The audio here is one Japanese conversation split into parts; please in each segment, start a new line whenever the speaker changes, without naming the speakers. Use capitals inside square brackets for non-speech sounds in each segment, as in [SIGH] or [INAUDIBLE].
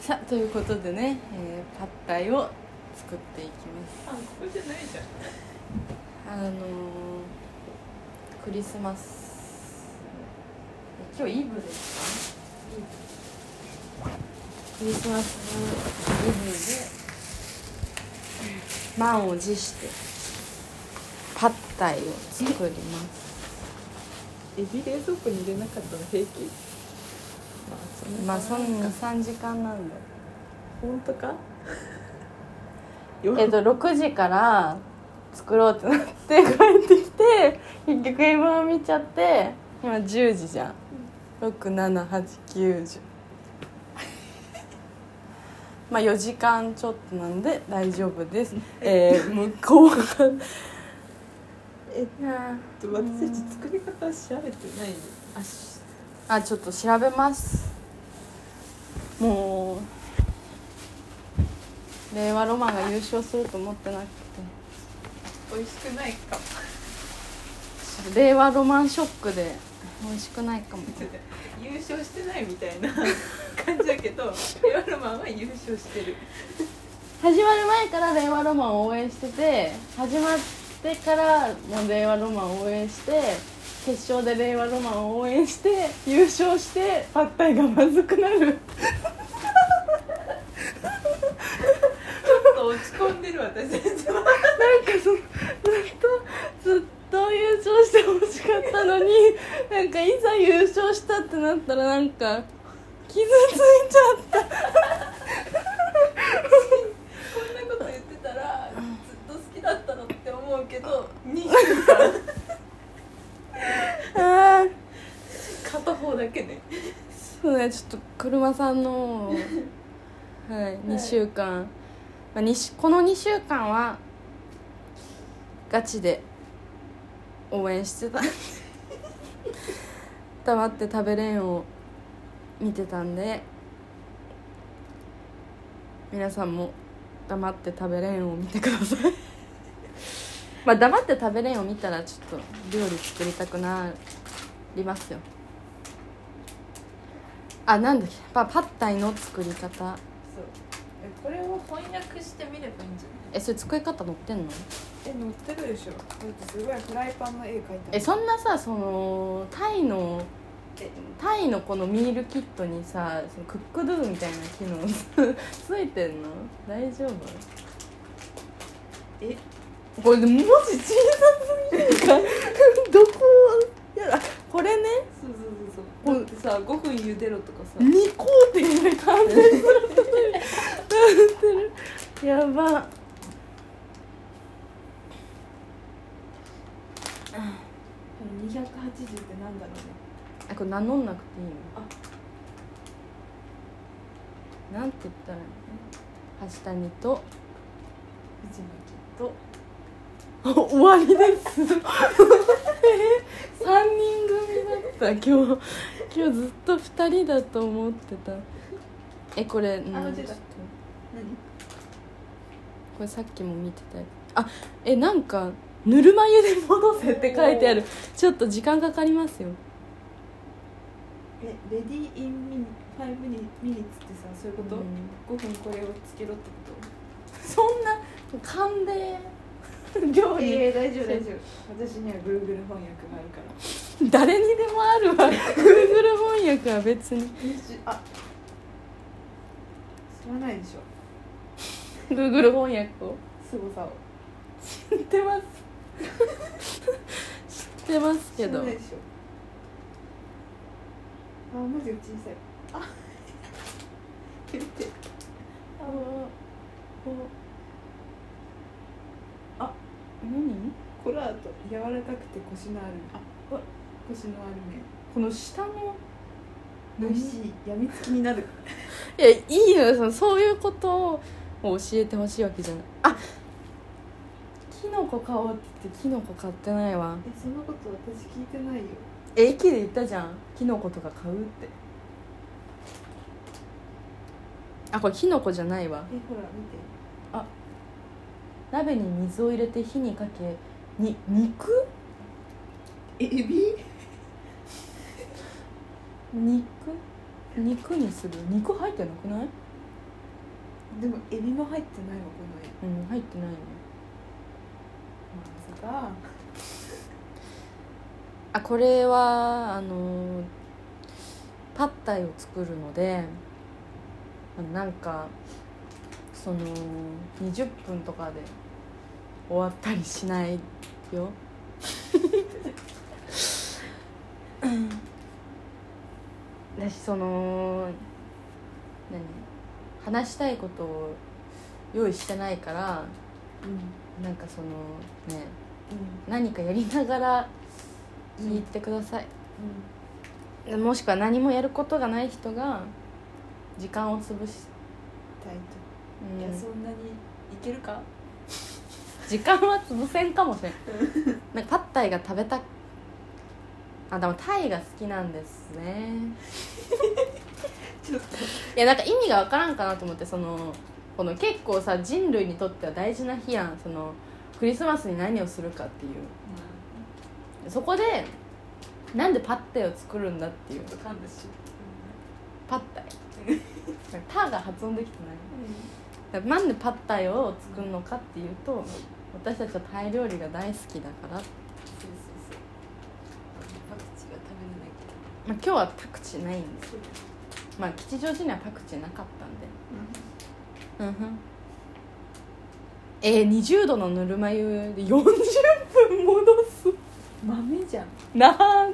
さあということでね、えーパッタイを作っていきます
あここじゃないじゃん
あのークリスマスえ今日イブですかクリスマスイブで満を持してパッタイを作ります
エビ冷蔵庫に入れなかったの平気まあそ
まあそんな
か
3時間なんだ
本当か
えっと6時から作ろうってなって帰ってきて結局 m を見ちゃって今10時じゃん67890まあ4時間ちょっとなんで大丈夫ですえー、向こうが
えっ
あ
と私たち作り方調べてないあし
あちょっと調べますもう令和ロマンが優勝すると思ってなくて
美味しくないかも
令和ロマンショックで美味しくないかも
優勝してないみた
[LAUGHS]
いな感じだけどエアロマンは優勝してる
始まる前から令和ロマンを応援してて始まってからも令和ロマンを応援して決勝で令和ロマンを応援して優勝してパッタイがまずくなる
ちょっと落ち込んでる私たちは
なんかそのずっとずっと優勝してほしかったのになんかいざ優勝したってなったらなんか傷ついちゃった
こんなこと言ってたらずっと好きだったのって思うけどに
あー
片方だけね
そうねちょっと車さん [LAUGHS] のはい2週間、まあ、にしこの2週間はガチで応援してた [LAUGHS] 黙って食べれんを見てたんで皆さんも黙って食べれんを見てください [LAUGHS] まあ黙って食べれんを見たらちょっと料理作りたくなりますよあなんだっけパパッタイの作り方
そうえこれを翻訳してみればいいんじゃない
えそれ作り方載ってんの
え乗ってるでしょだってすごいフライパンの絵描いて
えそんなさそのタイのタイのこのミールキットにさそのクックドゥみたいな機能ついてんの大丈夫
え
これで文字小さすぎるからどこをやだこれね
そうそうそうそうだってさ5分茹でろとかさ
二工程で完成することになってるやば
280ってなんだろうね
あこれ名乗んなくていいの
あ
なんて言ったらいいの橋谷と [LAUGHS]
藤巻
と終わりです3 [LAUGHS] 人組だった今日今日ずっと2人だと思ってたえこれうん
あ間違え
ち
た
ょっと
何
これさっきも見てたやつあえなんか「ぬるま湯で戻せ」って書いてあるちょっと時間かかりますよ
えレディーインミニ5ミニミニッツってさそういうこと、
うん
5分これをつけろってこ
そんな勘で [LAUGHS] 料
と
理、
え大丈夫大丈夫私には Google 翻訳があるから
誰にでもあるわ Google 翻訳は別に
あ知らないでしょ
Google 翻訳を
凄さを
知ってます知ってますけど
知らないでしょあ文字が小さい [LAUGHS] あ言って
ああ何
コラート柔らかくてコシのあるあ
わ
コシのある麺
この下の
美味しい病みつきになる
いやいいのよそのそういうことを教えてほしいわけじゃないあキノコ買おうって言ってキノコ買ってないわ
えそんなこと私聞いてないよ
え駅で言ったじゃんキノコとか買うってあこれキノコじゃないわ
えほら見て
鍋に水を入れて火にかけに肉
エビ
肉肉にする肉入ってなくない
でもエビも入ってないわこの絵
うん入ってないね
まさか
あこれはあのーパッタイを作るのであのなんかその20分とかで終わったりしないよ [LAUGHS] 私その何話したいことを用意してないから
うんうん
なんかそのね何かやりながら聞いてください、もしくは何もやることがない人が時間を潰し、
タイ
うん
トルいやそんなにいけるか
時間は潰せんかもしれんなんかパッタイが食べたあでもタイが好きなんですね
[LAUGHS] ちょっと
いやなんか意味がわからんかなと思ってそのこの結構さ人類にとっては大事な日やんそのクリスマスに何をするかっていうそこでなんでパッタイを作るんだっていう
ちょっと噛んだし
パッ
[LAUGHS]
タイタが発音できてないなんでパッタイを作るのかっていうと私たちはタイ料理が大好きだから、まあ、
そうそうそうパクチーは食べれないけど
今日はパクチーないんです、
そうだ
まあ、吉祥寺にはパクチーなかったんでうんふんえー、20度のぬるま湯で40分戻す
豆じゃん
長っ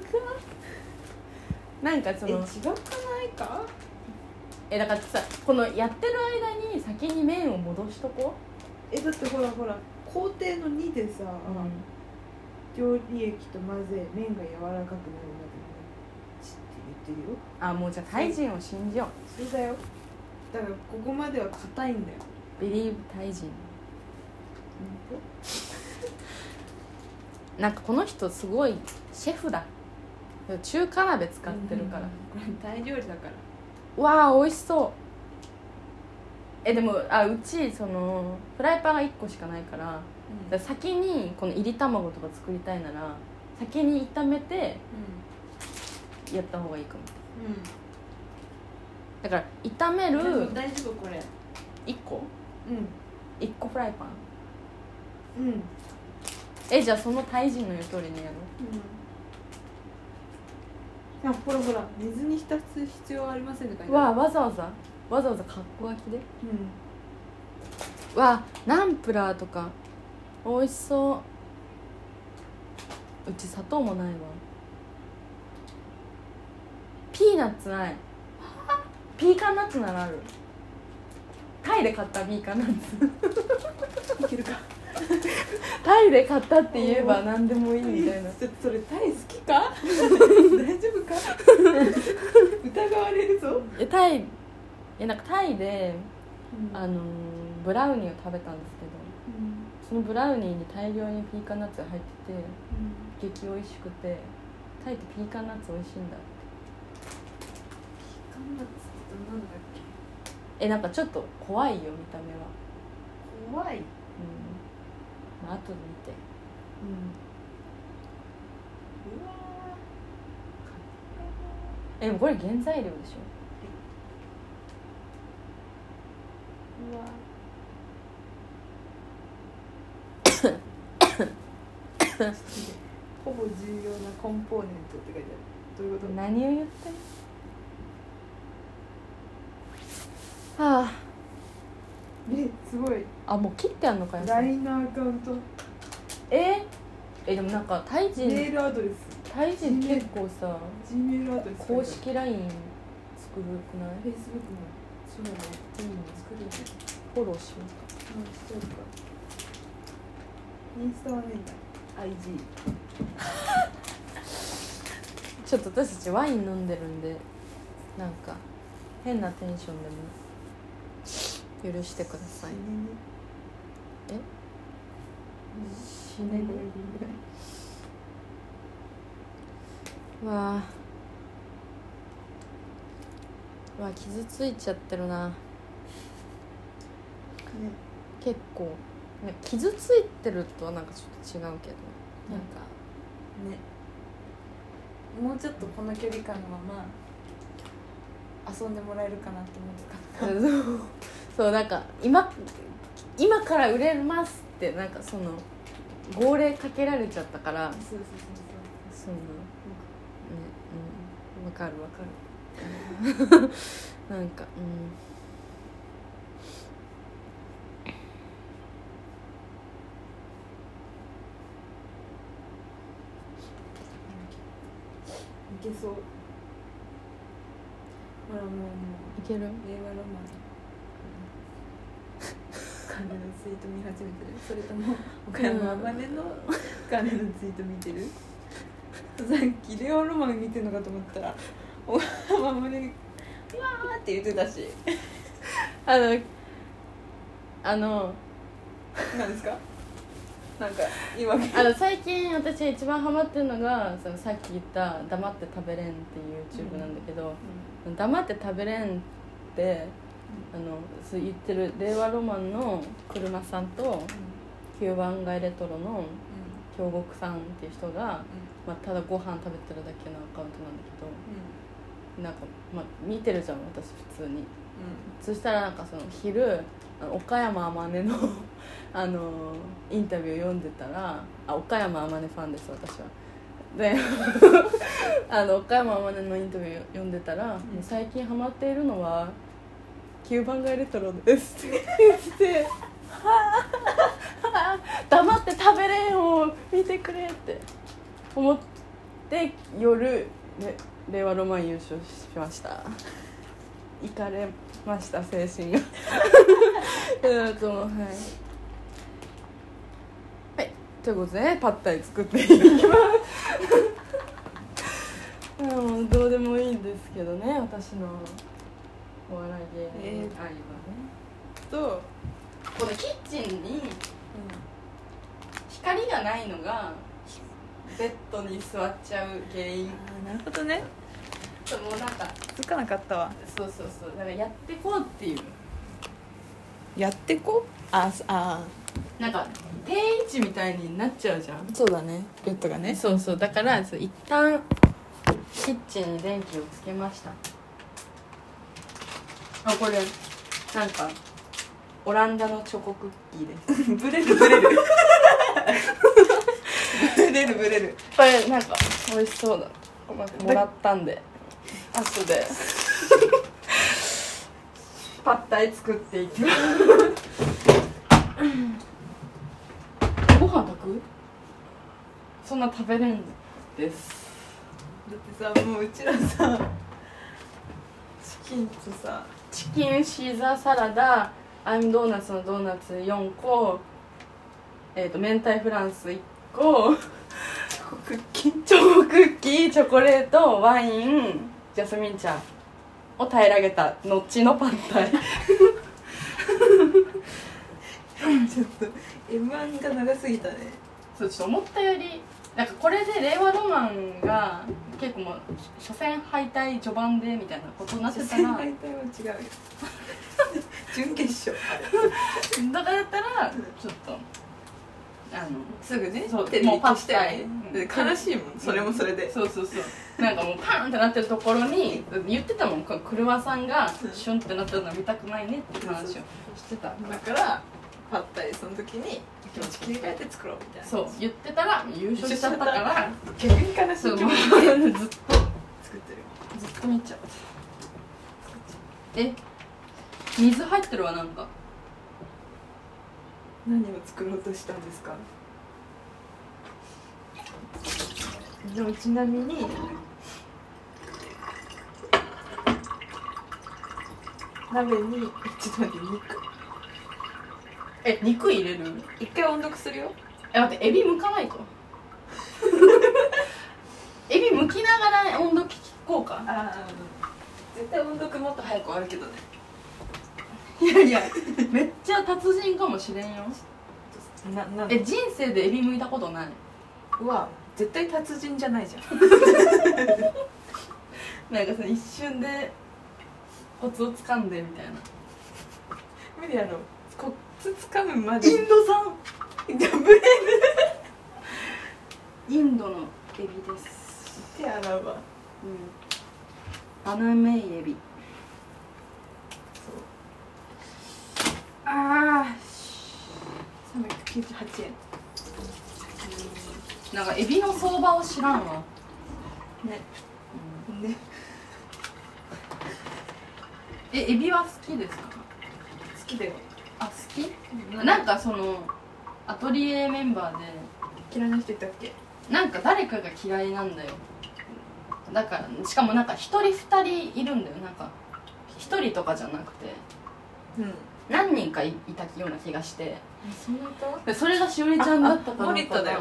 なんかそ
え違
の
くないか
えだからさこのやってる間に先に麺を戻しとこ
えだってほらほら工程の2でさ、
う、
調理液と混ぜ麺が柔らかくなるまでちって言ってるよ
あもうじゃあタイ人を信じよ
それだよだからここまでは硬いんだよ
うビリーブタイ人 [LAUGHS] なんかこの人すごいシェフだ中華鍋使ってるから、
これタイ料理だから
わあ美味しそうえでもあうちそのフライパンが1個しかないからだから先にこのいり卵とか作りたいなら先に炒めてやった方がいいかもだから炒め
うんうん、
る
大丈夫これ
1個
う
1個フライパン
んうん
えじゃあそのタイ人の言う通りにやろ
うん、あほらほら水に浸す必要はありませんとか
うわあ
あ
わざわざわざわざ格好書きで
うん
わあナンプラーとか美味しそううち砂糖もないわピーナッツないピーカンナッツならあるタイで買ったピーカンナッツ
いけるか
タイで買ったって言えば何でもいいみたいな
そそれタイ好きか大丈夫か疑われるぞ、
えタイえなんかタイで、
うん
あのーブラウニーを食べたんですけどそ
うん
のブラウニーに大量にピーカンナッツが入ってて
う
激
ん
美味しくてタイってピーカンナッツ美味しいんだ
カンナッツってなんだっけ
えなんかちょっと怖いよ見た目は
怖い、う
うん、
ん、
まあ、後で見て
うわ
えでもこれ原材料でし
ーうわーほぼ重要なコンポーネントって書いてあるどういうこ
ょ
と
何を言ってるあ
えすごい
ああもう切ってあんのかよ
LINE のアカウント
ええでもなんかタイ
メー
人
ルアドレス
タイ人結構さ
G メールアドレス
公式 LINE 作るくない
Facebook もそうだね
いいね
作るよね
フォローしよう
もうしちゃうかインスタはねえんだ IG
かちょっと私たちワイン飲んでるんでなんか変なテンションでも許してくださいえ死
死ねね
わあうわあ傷ついちゃってるな
ね
結構ね傷ついてるとはなんかちょっと違うけどなんか
ねもうちょっとこの距離感のまま遊んでもらえるかなと思ってた
そうそうなん [LAUGHS] か今今から売れますってなんかその号令かけられちゃったから
そうそうそう
そのねうんわかるわかる [LAUGHS] なんかうん
そういけそうほらもうもう
いける
令和ロマン金のツイート見始めてるそれとも岡山天音の金のツイート見てるさっき令和ロマン見てるのかと思ったら岡山天音に「うわー」って言ってたし
あのあの
なんですかなんか今
あの最近私が一番ハマってるのがそのさっき言った「黙って食べれん」っていう YouTube なんだけど、黙って食べれんってあのそう言ってる令和ロマンの車さんと九番街レトロの京極さんっていう人が、まあ、ただご飯食べてるだけのアカウントなんだけどなんか、まあ、見てるじゃん私普通にそしたらなんかその昼あの岡山天音の [LAUGHS] あのインタビュー読んでたらあ岡山天音ファンです私はで [LAUGHS] あの岡山天音のインタビュー読んでたら、
ん
最近ハマっているのは九番街レトロですって言ってはぁ [LAUGHS] 黙って食べれんを見てくれって思って夜れ令和ロマン優勝しました行かれました精 [LAUGHS] 神がうんともはいはいということでねパッタイ作っていき [LAUGHS] ますうんもうどうでもいいんですけどね私のお笑い芸人愛はね、とこのキッチンに光がないのがベッドに座っちゃう原因
なるほどね
もうなんか
つかなかったわ
[LAUGHS] そうそうそうだからやってこうっていう
やってこああ
なんか定位置みたいになっちゃうじゃん
そうだねベッドがね
そうそうだからそう一旦キッチンに電気をつけましたあこれなんかオランダのチョコクッキーです
ブレるブレるブレるブレる
これなんか美味しそうだもらったんで後でパッタイ作っていきますご飯炊くそんな食べれんです
だってさもううちらさチキンとさ
チキンシーザーサラダアイムドーナツのドーナツ4個、えー、と明太フランス1個
クッキン
チョコクッキーチョコレートワインジャスミン茶を平らげた後のパンタイ
ちょっと m 1が長すぎたね
そうちょっと思ったよりなんかこれで令和ロマンが結構もう初戦敗退序盤でみたいなことになってた
先
ら
輩とは違うよ準決勝
だからだったらちょっとあの
すぐね
そう
テレビ
もうパ
消
ッ
してね
たい
で悲しいもんそれもそれで
そうそうそうなんかもうパンってなってるところに言ってたもんこの車さんがシュンってなってるの見たくないねっていう話をしてた
だからパッタイその時に気持ち切り替えて作ろうみたいな
そう言ってたら優勝しちゃった [LAUGHS] から
逆に悲し
そう
い気
もう
持ち
ずっと
作ってる
ずっと見ちゃうえ水入ってるわなんか
何を作ろうとしたんですかでもちなみに鍋にちょっと待って肉
え肉入れる
一回音読するよ
え待ってエビ剥か [LAUGHS] ないとエビ剥きながら温度聞こうか
ああ絶対音読もっと早く終わるけどね
いやいやめっちゃ達人かもしれんよ
なな
え人生でエビ剥いたことないう
わ絶対達人じゃないじゃん
なんかその一瞬でコツをつかんでみたいな
無理やろコツつかむまで
インド産
ブレ
インドのエビです、
手洗うわ
うん、バナメイエビ
そう198円
なんかエビの相場を知らんわ
ねね
えエビは好きですか
好きだよ
あ好きなんかそのアトリエメンバーで
嫌いな人いたっけ
なんか誰かが嫌いなんだよだからしかもなんか一人二人いるんだよなんか一人とかじゃなくて
うん
何人かいいたような気がして
そんな歌
でそれがしおりちゃんだったから
あ森田だよ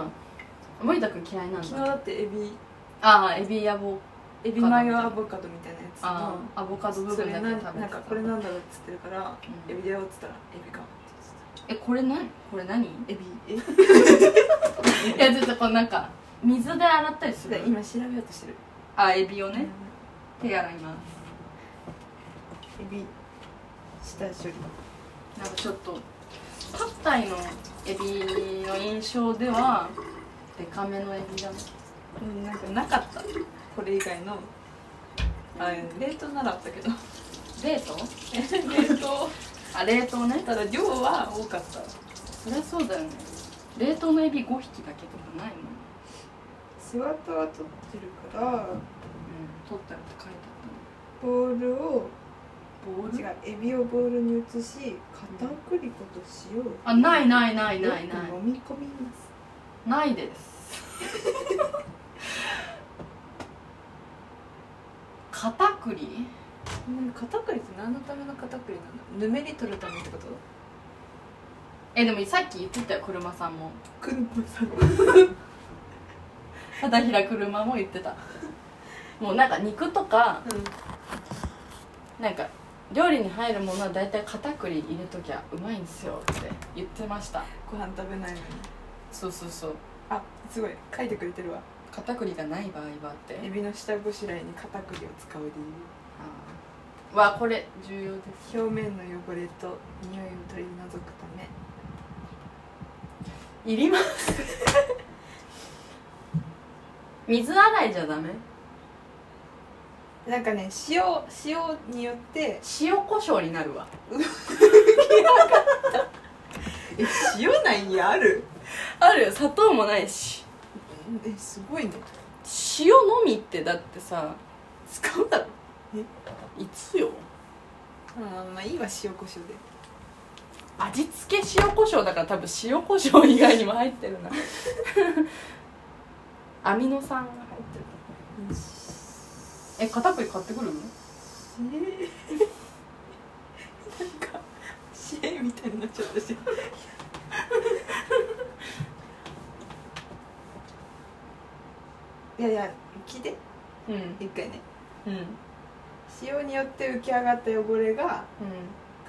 森田君嫌いなん
昨
だ
日だってエビ
ああエビやぼ
エビマヨアボカドみたいなやつ
あ
の
ーアボカド部
そ
分
れ
だ
な
け食べてた
なんかこれなんだろうっつってるから、
うん
エビだよっつったらエビかって
えこれ何これ何い
言ってエビ
やちょっとこうなんか水で洗ったりす
え
る
今調べようとしてる
あエビを
ね
ね手洗います
エビ下処理
なんかちょっとパッタイのエビの印象ではデカめのエビだね
うんなんかなかったこれ以外のあ冷凍ならあったけど
冷凍
[LAUGHS] 冷凍
あ冷凍ね
ただ量は多かった
そりゃそうだよね冷凍のエビ5匹だけとかないもん、
背わたは取ってるから
うん、取ったらって書いて
ボール
あ
を
ったのボール
うエビをボールに移し栗粉と塩を
あないないないない
よ
な
く
い
揉み込みます
ないです [LAUGHS] 片栗
うん片栗って何のための片栗なのぬめり取るためってこと
えでもさっき言ってたよ車さんも
くんこさん
片平車も言ってたもうなんか肉とかなんか料理に入るものは大体片栗入れときゃうまいんですよって言ってました
ご飯食べないのに
そうそうそう
あすごい書いてくれてるわ
片栗がない場合はって
エビの下ごしらえに片栗を使う理
あーわこれ重要で
由表面の汚れと匂いを取り除くため
すいります水洗いじゃダメ
なんかね塩塩によって
塩コショウになるわ
え塩ないにある
あるよ砂糖もないし
えすごいね
塩のみってだってさ
使うだろ
いつよ
あーまあいいわ塩コショウで
味付け塩コショウだから多分塩コショウ以外にも入って [LAUGHS] るなアミノ酸が入ってるえ片栗買ってくるの
しなんかシエみたいになっちゃったしいやいや聞いて
うん
一回ね
うんうん
塩によって浮き上がった汚れが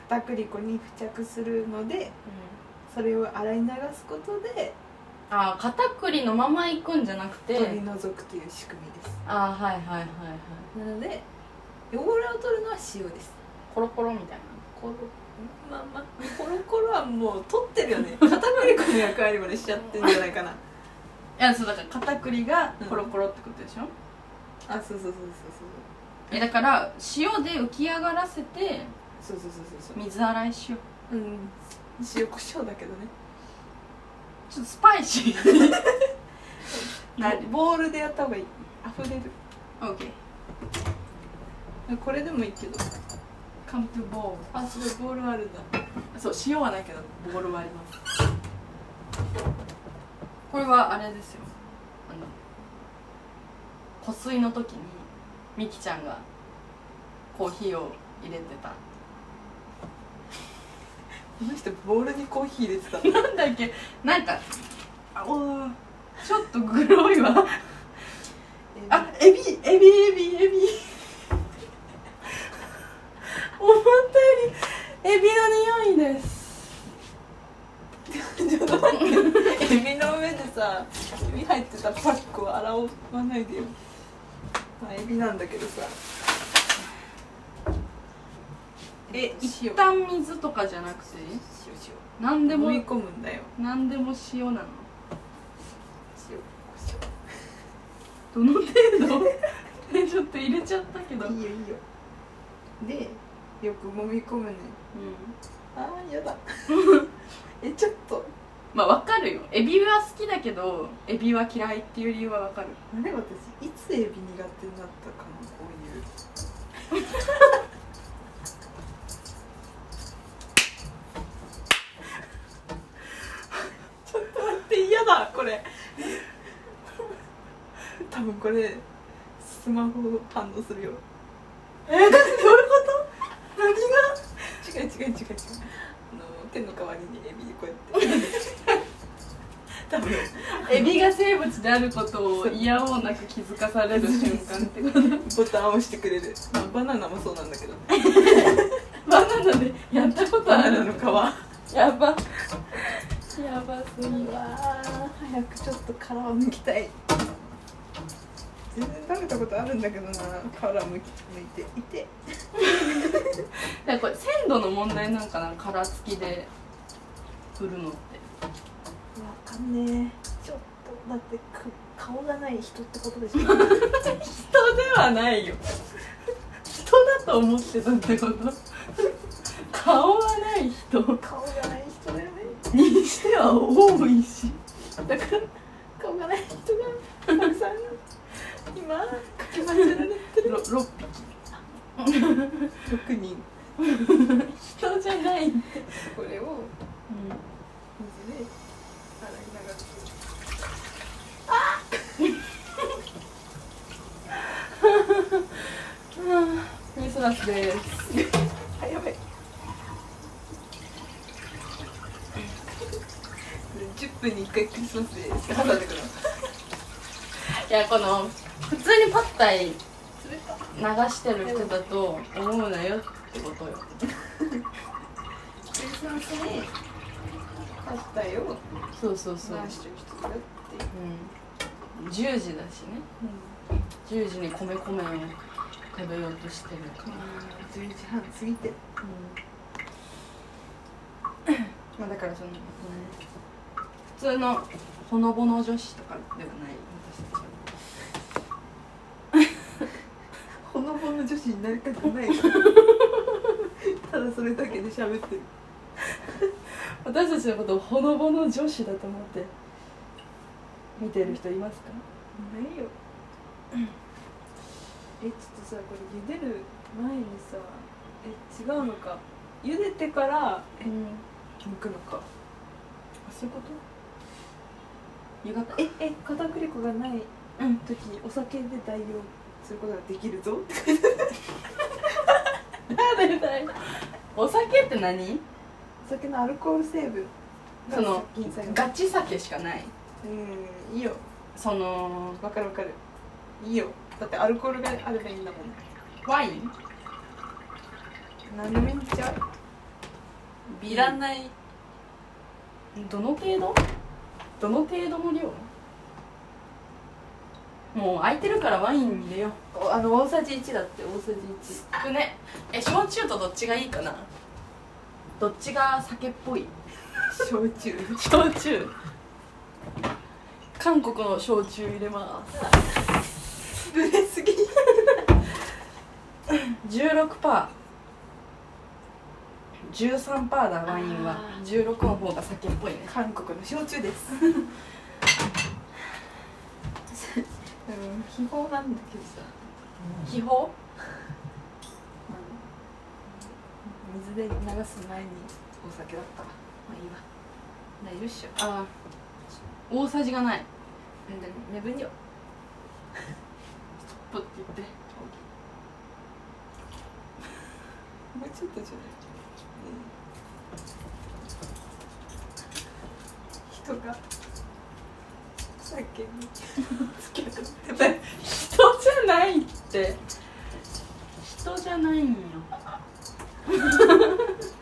片栗粉に付着するのでそれを洗い流すことで
ああ片栗のままいくんじゃなくて
取り除くという仕組みです
ああはいはいはいはい
なので汚れを取るのは塩です
コロコロみたい
コロまあまあコロコロはもう取ってるよね片栗粉の役割までしちゃってるんじゃないかな
ないやそうだから片栗が
うん
コロコロってことでしょ、
あそうそうそうそう
えだから塩で浮き上がらせて
そうそうそうそうそうそう
水洗いしよう
うん塩コショウだけどね
ちょっとスパイシーな
ボボールでやった方がいい溢れ
オッケー
るこれでもいいけど
カムトゥボール
あすごいボールあるんだ
そう塩はないけどボールはありますこれはあれですよあの湖水の時にみきちゃんがコーヒーを入れてた
この人ボールにコーヒー入れてた [LAUGHS] の
なんだっけなんかあおーちょっとグロいわあエビエビエビエビ [LAUGHS] 思ったよりエビの匂いです
エビの上でさエビ入ってたパックを洗わないでよまあエビなんだけどさえ
一
塩
旦水とかじゃなくて
塩塩
何で
で
も
も飲み込むんだよ
何でも塩なの
塩
どの程度 [LAUGHS] ねちょっと入れちゃったけど、うん、
いいよいいよでよく揉み込むねあーやだ [LAUGHS] えちょっと
まあわかるよエビは好きだけどエビは嫌いっていう理由はわかる
あれ私いつエビ苦手になったかなこういう [LAUGHS] ちょっと待って嫌だこれ多分これスマホ反応するよえどういうこと何が違う違う違う違うあの手の代わりにエビこうやって多分
エビが生物であることをいやおうなく気づかされる瞬間って [LAUGHS] こと
ボタンを押してくれる、まあ、バナナもそうなんだけど
バナナでやったこと
バ
あ
ナナ
る
の
の
皮
かやばやばすぎ
うわー早くちょっと殻を剥きたい全然食べたことあるんだけどな殻剥き剥いていて
だからこれ鮮度の問題なんかな殻付きで売るのって
わかんねえちょっとだってく顔がない人ってことでしょ
人ではないよ人だと思ってたってこと顔はない人
[LAUGHS] 顔がない人だよね
にしては多いし
だから顔がない人がたくさん今 [LAUGHS] かけ混ぜられて
ろ6
る6人
匹人じゃない、うん、
これを水で洗い流す
クリスマスです
あやばい10分に1回クリスマスで挟んでくる
いやこの普通にパッタイ流してる人だと思うなよってことよ
クリスマスにパスタを
そうそうそう、
回してる人だっていう
うん、10時だしね10時に米米を食べようとしてるから
11時半過ぎて
まあだからその、ね普通のほのぼの女子とかではない私たちは
ほのぼの女子になりたくないただそれだけで喋ってる
私たちのことをほのぼの女子だと思って見てる人いますか
ないよえちょっとさこれ茹でる前にさえ違うのか茹でてからえ
ん
剥くのか
そういうこと湯が
ええ片栗粉がない
うん
時にお酒で代用することができるぞ
お酒って何
お酒のアルコール成分が
その
殺菌作用
ガチ酒しかない
うんいいよ
その
わかるわかるいいよだってアルコールがあればいいんだもん
ワイン
何でもいいんちゃう
いらないどの程度どの程度の量もう空いてるからワイン入れよう
おあの大さじ1だって大さじ1
少ねえ焼酎とどっちがいいかなどっちが酒っぽい
[LAUGHS] 焼酎
焼酎韓国の焼酎入れます
ぶれすぎ
16パー13パーだワインは16の方が酒っぽいね
韓国の焼酎ですうん秘宝なんだけどさ
気泡
あの水で流す前にお酒だったわまあいいわ大丈夫っしょ
あ大さじがない
うんでも目分量
プッて言って
もうちょっとじゃない、人が酒につけてた
人じゃないって人じゃないんよ [LAUGHS]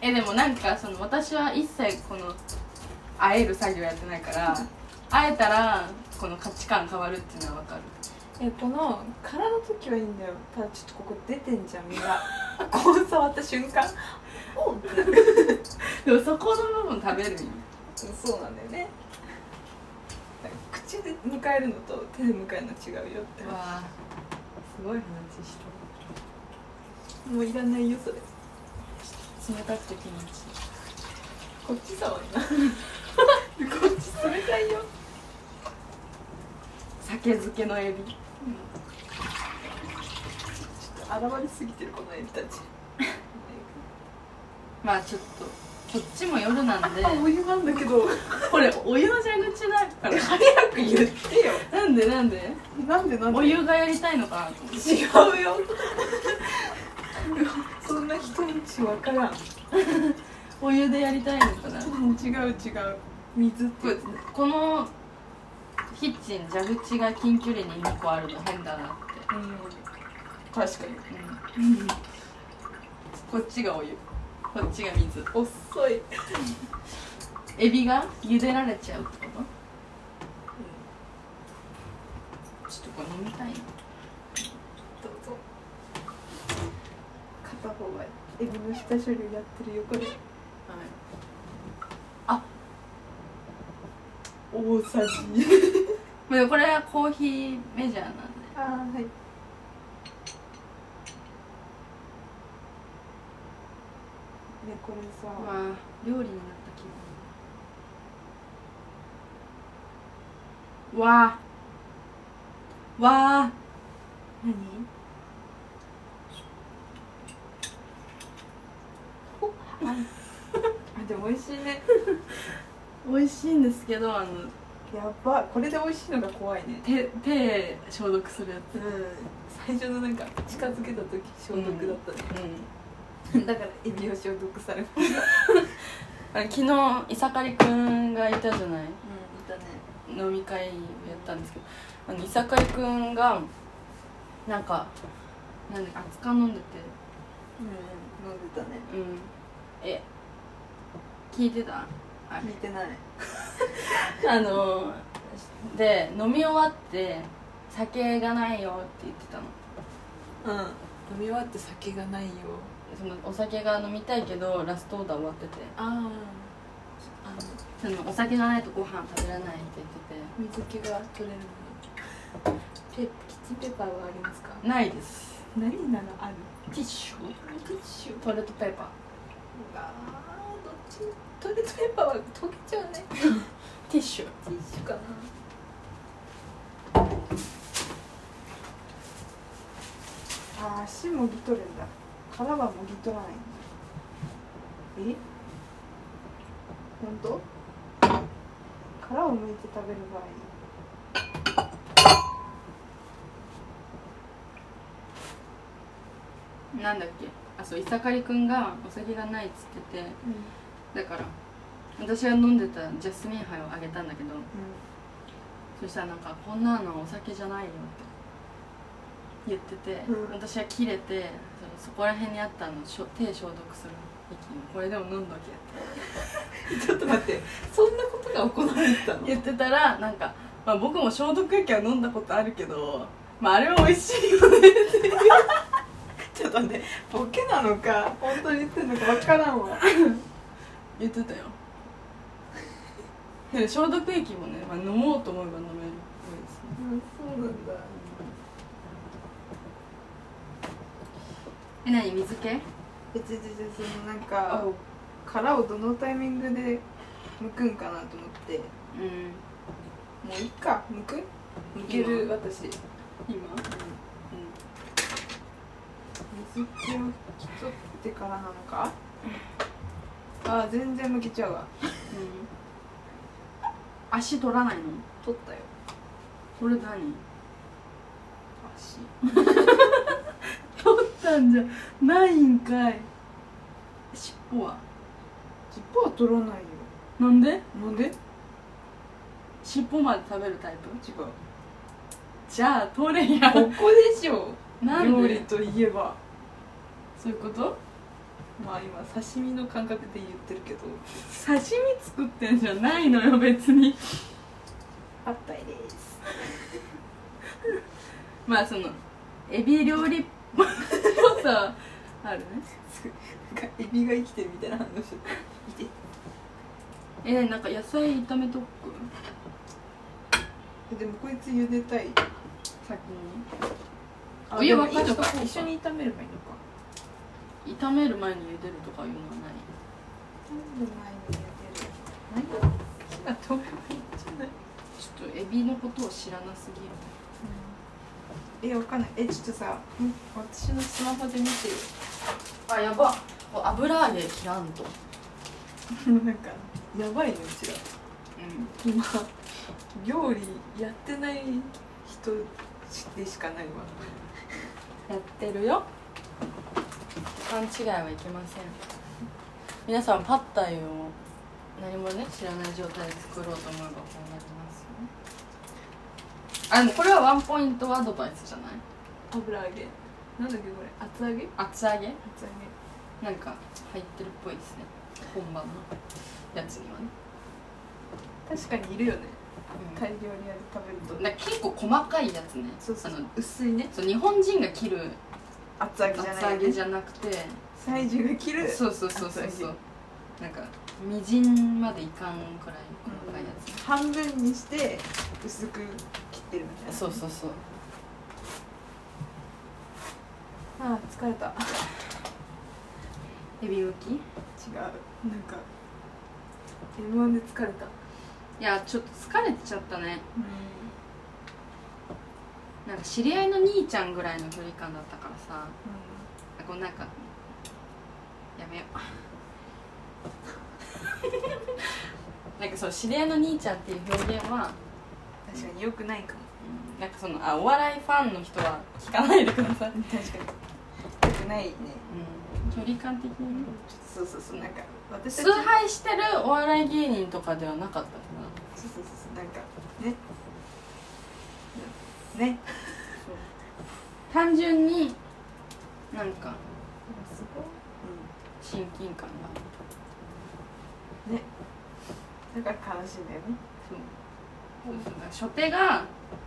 えでもなんかその私は一切この会える作業やってないから会えたらこの価値観変わるっていうのは分かる
えこの殻の時はいいんだよただちょっとここ出てんじゃんみん [LAUGHS] なこう触った瞬間おうってなる
でもそこの部分食べるよ
そうなんだよねなんか口で迎えるのと手で迎えるの違うよって話
わあすごい話して
もういらないよそれ
る冷たくて気持ちいい
こっち触るな
こっち冷たいよ酒漬けのエビ
現れすぎてるこのエビたち
まあちょっとこっちも夜なんで
お湯なんだけど
[LAUGHS] これお湯の蛇口だから
早く言ってよ
[LAUGHS] なんでなんで
なんでなんで
お湯がやりたいのかなと思って
違う [LAUGHS] よそんな人んちわからん
お湯でやりたいのかな
違う違う水って
これこのキッチン蛇口が近距離に2個あるの変だなって
うん確かに
うんこっちがお湯こっちが水
遅い
エビが茹でられちゃうってこと、ちょっとこれ飲みたいな
どうぞ片方はエビの下処理をやってる横で大さじ
まあこれはコーヒーメジャーなんで
あーはいねこれさ、
まあ料理になった気分わあわあ何
あでも美味しいね
美味しいんですけどあの
やばこれで美味しいのが怖いね
手手消毒するや
うん最初のなんか近づけた時消毒だったね、
つ、うん
だからエビを消毒される
あれ昨日いさかりくんがいたじゃない
うんいたね
飲み会をやったんですけどあのいさかりくんがなんかなんか熱燗飲んでて
うん飲んでたね
うんえ聞いてたあ
見てない
あので飲み終わって酒がないよって言ってたの
うん飲み終わって酒がないよ
そのお酒が飲みたいけどラストオーダー終わってて
ああ
そのお酒がないとご飯食べれないって言ってて
の水気が取れるのペキッチンペーパーはありますか
ないです
何ならある
ティッシュ
ティッシュ
トイレットペーパー
がどっちトイレットペーパーは溶けちゃうねテ
ティッシュ
ィッシュかなあー足もぎ取るんだ殻はもぎ取らないんだえ本当殻を剥いて食べる場合
なんだっけあそういさかりくんがお酒がないっつってて
うん
だから私が飲んでたジャスミン杯をあげたんだけどそしたらなんか「こんなのお酒じゃないよ」って言ってて、
うん
私は切れてそのそこら辺にあったのしょ手消毒する液にこれでも飲んどけって
ちょっと待ってそんなことが行われてたの
言ってたらなんか、まあ、僕も消毒液は飲んだことあるけど、まあ、あれは美味しいよね
[LAUGHS] ちょっとねボケなのか本当に言ってんのかわからんわ
言ってたよ [LAUGHS] でも消毒液もね、まあ、飲もうと思えば飲めるですね
うんそうなんだ
え何水気
別にそのなんか殻をどのタイミングで剥くんかなと思っても
うん
ういっか剥く剥ける
今
私水
今
気を拭き取ってからなのかあー全然剥けちゃう
う
わ
ん足取らないの
取ったよ
これ何
足
取ったんじゃないんかい尻尾は
尻尾は取らないよ
なんで
なんで違う
尻尾まで食べるタイプじゃあ取れや
ここでしょ
なん
料理
で
といえば
そういうこと
まあ今刺身の感覚で言ってるけど
刺身作ってんじゃないのよ別に
あったいです
まあそのエビ料理っぽさはあるね
なんかエビが生きてるみたいな反応しちゃった見て
えなんか野菜炒めとく
でもこいつ茹でたい
先に
あ
お湯は
でも
いいのか
一緒に炒めればいいのか
炒める前に茹でるとかいうのはない
なんで前に茹でる
が特別じゃないちょっとエビのことを知らなすぎる
えわかんないえちょっとさ私のスマホで見て
あやば油揚げ切らんと
よなんかやばいねうちら
う
今料理やってない人でしかないわ
やってるよ勘違いはいけません皆さんパッタイを何もね知らない状態で作ろうと思えばこうなりますよね
んあでもこれはワンポイントアドバイスじゃない
油揚げなんだっけこれ厚揚げ
厚揚げ
厚揚げ
なんか入ってるっぽいですね本番のやつにはね、
確かにいるよね
うん
大量にあれ食べると
だから結構細かいやつね
そうそう
あの
薄いね
そう日本人が切る
厚揚げじゃ
厚
な
揚
いよ
げ
ね
じゃなくて
最重が切る
そうそうそうそう
厚
そ
揚 [LAUGHS]
うなんかみじんまでいかんくらい細かいやつ、
半分にして薄く切ってるみたいな
そうそうそう
あー疲れた違
エビむきいう
なんか M1 で疲れた
やちょっと疲れちゃったね
う
なんか知り合いの兄ちゃんぐらいの距離感だったからさ
ん
こうなんかやめよ [LAUGHS] うなんかそう知り合いの兄ちゃんっていう表現は、
確かに良くないかも
うんなんかそのあお笑いファンの人は聞かないでください、うん、
確かに良くないね
距離感的にね
ちょっとそうそうそうなんか私たち
崇拝してるお笑い芸人とかではなかったかな
そうそうそうそうなんかねね
単純になんか
すご
親近感が
い、うん、だから悲しいんだよね
そうそうそうだから初手が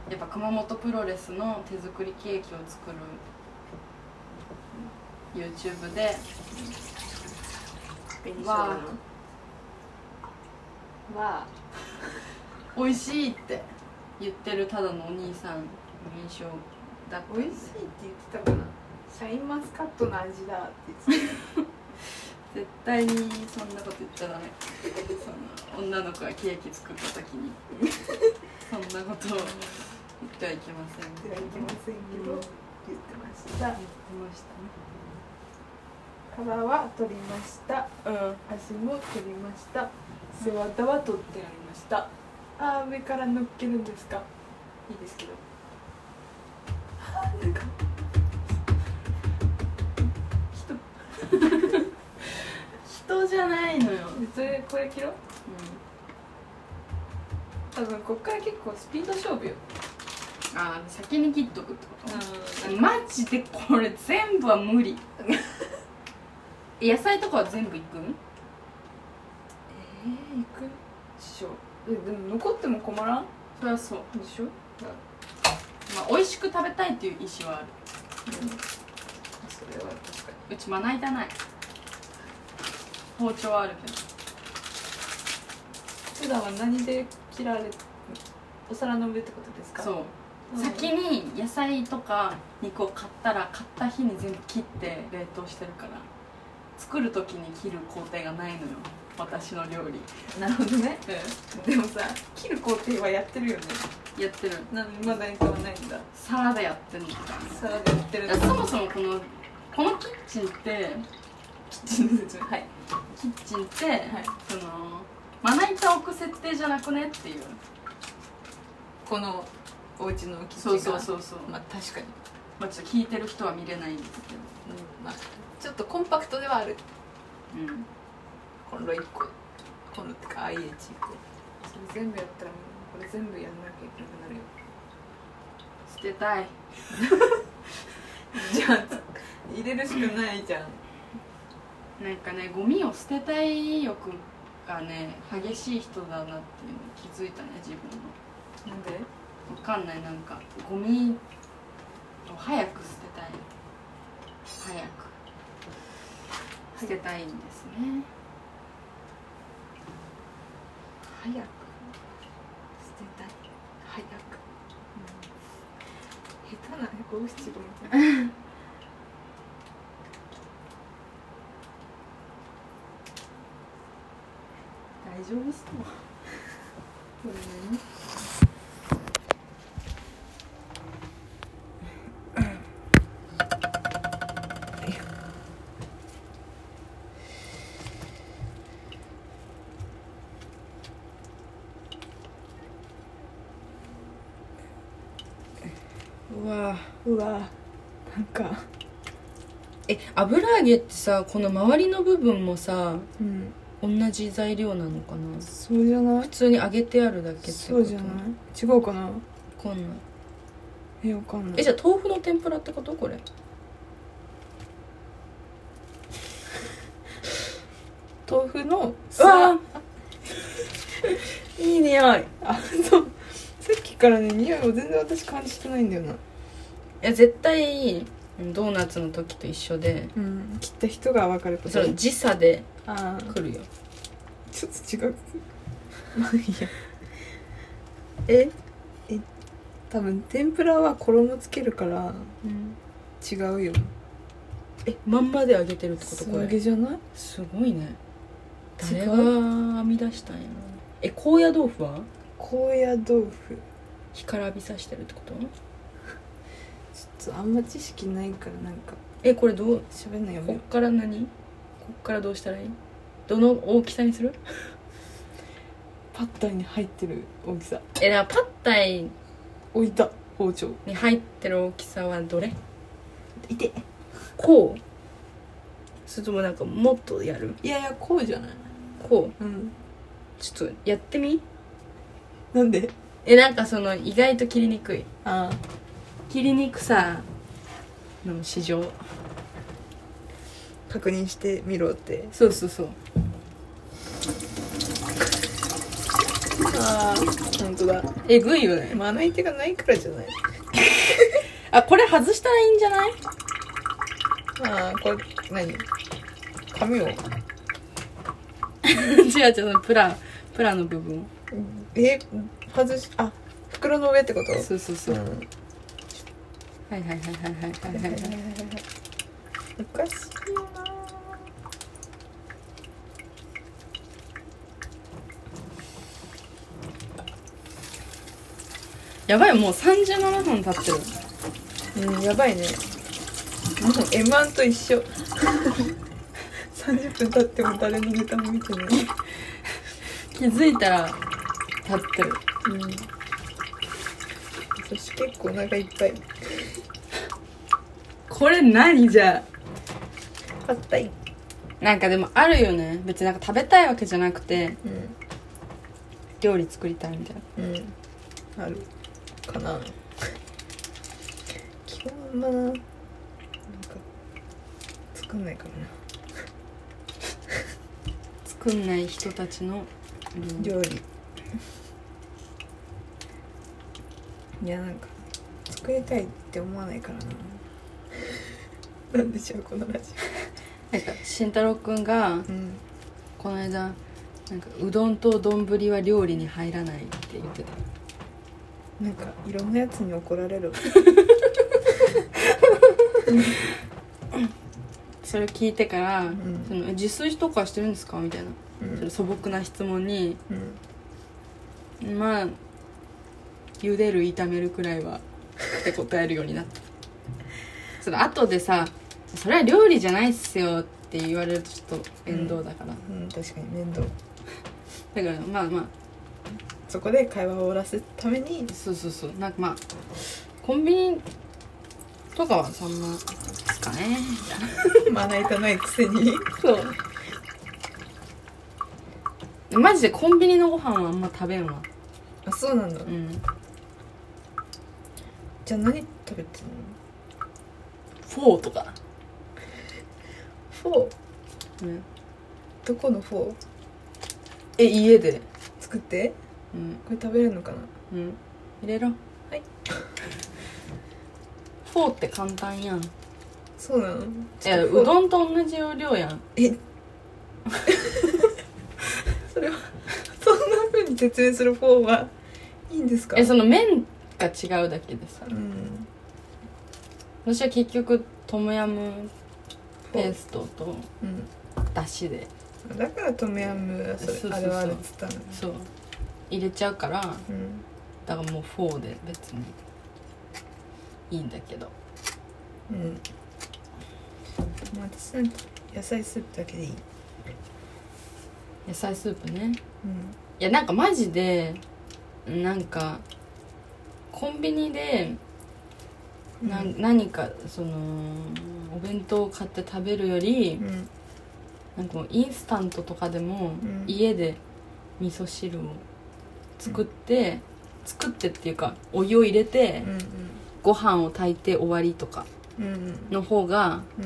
やっぱ熊本プロレスの手作りケーキを作る YouTube で
紅
しょうがのは美味しいって言ってるただのお兄さんの印象だった
美味しいって言ってたかなシャインマスカットの味だって言って
絶対にそんなこと言っちゃダメそんな女の子がケーキ作った時にそんなことを言ってはいけません
[LAUGHS] たではいけませんけど、
うん
言ってました
言ってました
皮は取りました
うん
足も取りました背わたは取ってありましたあー上から乗っけるんですかいいですけどあーなんか
ね人じゃないのよ、
それこれ切ろう
う
多分こっから結構スピード勝負よ
ん、ああ先に切っとくってこと、
う
マジでこれ全部は無理野菜とかは全部いくん
えー、いくっしょえでも残っても困らん
それはそう、
でしょ、うん、
まあ、美味しく食べたいっていう意思はある
それは確かに
うちまな板ない包丁はあるけど
普段は何で切られお皿の上ってことですか、
そうう先に野菜とか肉を買ったら買った日に全部切って冷凍してるから作る時に切る工程がないのよ私の料理、
なるほどねでもさ切る工程はやってるよね
やってる
なのにまだに買わないんだ
サラダやってるの
サラダやってる
いやそもそもこのこのキッチンって
キッチンの説明はい
キッチンって、
い
そのまな板置く設定じゃなくねっていう
このお家のキッチン
そ
が
うそうそうそう、
まあ確かに、
まあ、ちょっと聞いてる人は見れないんですけど
うんまあ、ちょっとコンパクトではある
うん
コンロ1個コンロってか IH1 個それ全部やったらもうこれ全部やんなきゃいけなくなるよ
捨てたい
じゃあ入れるしかないじゃん
なんかねゴミを捨てたい欲がね激しい人だなっていうの気づいたね自分の
なんで
わかんないなんかゴミを早く捨てたい早く捨てたいんですね
早く捨てたい早く、下手な五七五みたいな
大丈夫そう
これ何
うわ
うわなんか
え油揚げってさこの周りの部分もさ
うん
同じ材料なのかな
そうじゃない
普通に揚げてあるだけってこと
そうじゃない違うかな
こんない
えわかんない
えじゃあ豆腐の天ぷらってことこれ
豆腐の
うわ
[LAUGHS] いい匂いあそうさっきからね匂いを全然私感じてないんだよない
や絶対ドーナツの時と一緒で
うん切った人がわかること
そう時差で
ああ
来るよ
ちょっと違うまあいいや
え
え多分天ぷらは衣つけるから違うよ
えまんまで揚げてるってこと
素
こ
揚
れ
げじゃない
すごいね誰
違
が
う
編み出したんやろえ高野豆腐は
高野豆腐
干からびさしてるってこと
ちょっとあんま知識ないからなんか
えこれどう
喋んないよ
こっ
ね
から何こっからどうしたらいいどの大きさにする
パッタイに入ってる大きさ
えだからパッタイ
置いた包丁
に入ってる大きさはどれ
いて
こうそれともなんかもっとやる
いやいやこうじゃない
こ
うん
うちょっとやってみ
なんで
えなんかその意外と切りにくい
ああ
切りにくさの市場
確認してみろって
そうそうそう
ああ本当だ
えぐいよね
まな板がないからじゃない
あこれ外したらいいんじゃない
ああこれ何紙
[LAUGHS]
を
違う違うそのプラプラの部分
え外しあ袋の上ってこと
そうそうそう
う
は
ん
いはいはいはいはいはいはい
おかしいよな
やばいもう37分経ってる
うんやばいねもう M1 と一 [LAUGHS] 緒30分経っても誰のネタも見てない
気づいたら経ってる
うん私結構お腹いっぱい
これ何じゃあ
パッタイ
なんかでもあるよね別になんか食べたいわけじゃなくて
う
料理作りたいみたいなん
うんあるかな [LAUGHS] 基本あんまななんか作んないから
作んない人たちの
な料理 [LAUGHS] いやなんか作りたいって思わないから [LAUGHS] ななんでしょうこのラジ
なんか慎太郎くんが
オうん
この間なんかうどんと丼は料理に入らないって言ってた
なんかいろんなやつに怒られる
それ聞いてから、
ん
そのえ自炊とかしてるんですかみたいな、
う
その
ん
素朴な質問に
うん
まあ茹でる炒めるくらいはって答えるようになったその後でさ「それは料理じゃないっすよ」って言われるとちょっと面倒だから、
うん、確かに面倒
だからまあま
そこで会話を終わらせるために
あそうそうそうなんかまあコンビニとかはそんなですかねみたいな
まな板ないくせ [LAUGHS] に
そうマジでコンビニのご飯はあんま食べんわ
あそうなんだ
うん
じゃあ何食べて
フォーとか、
るのフォー
うん、
どこのフォー
え家で
作って
うん
これ食べるのかな
うん入れろ
はい
[LAUGHS] フォーって簡単やんい
そうなの
やう
ん
どんと同じ要領やん
え [LAUGHS] それはそんな風に説明するフォーはいいんですか
えその麺が違うだけでさ
うん
私は結局トムヤムペーストと
うん
だしで
だからトムヤムはそれ
そうそうそう
あれはあれっつったの
そう入れちゃうから
うん
だからもう4で別にいいんだけど
うんまあ私なんて野菜スープだけでいい
野菜スープね
うん
いやなんかマジでなんかコンビニでな、ん、何かそのお弁当を買って食べるより
うん
なんかもうインスタントとかでも
うん
家で味噌汁を作って、作ってっていうかお湯を入れて
うん
ご飯を炊いて終わりとか
うんうん
の方が
うん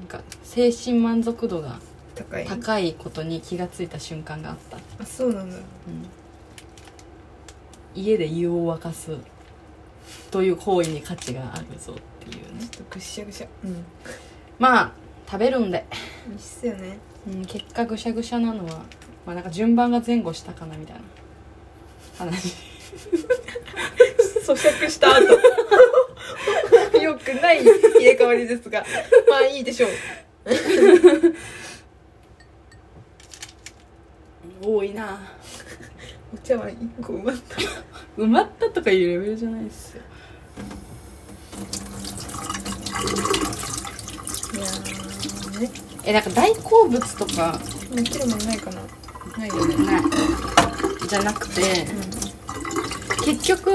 なんか精神満足度が
高い
高いことに気がついた瞬間があった、
あそうなんだ
うん家で湯を沸かすという行為に価値があるぞっていう
ちょ
ね
っとぐっしゃぐしゃうん
まあ食べるんで、
美味しそうよね
うん、結果ぐしゃぐしゃなのはまあなんか順番が前後したかなみたいな話
[LAUGHS] 咀嚼した後よくない入れ替わりですがまあいいでしょう
[LAUGHS] 多いな
お茶碗一個埋まった
埋まったとかいうレベルじゃないですよ
いやーね
えなんか大好物とか
もちろんないかなうん
ないよねないじゃなくて結局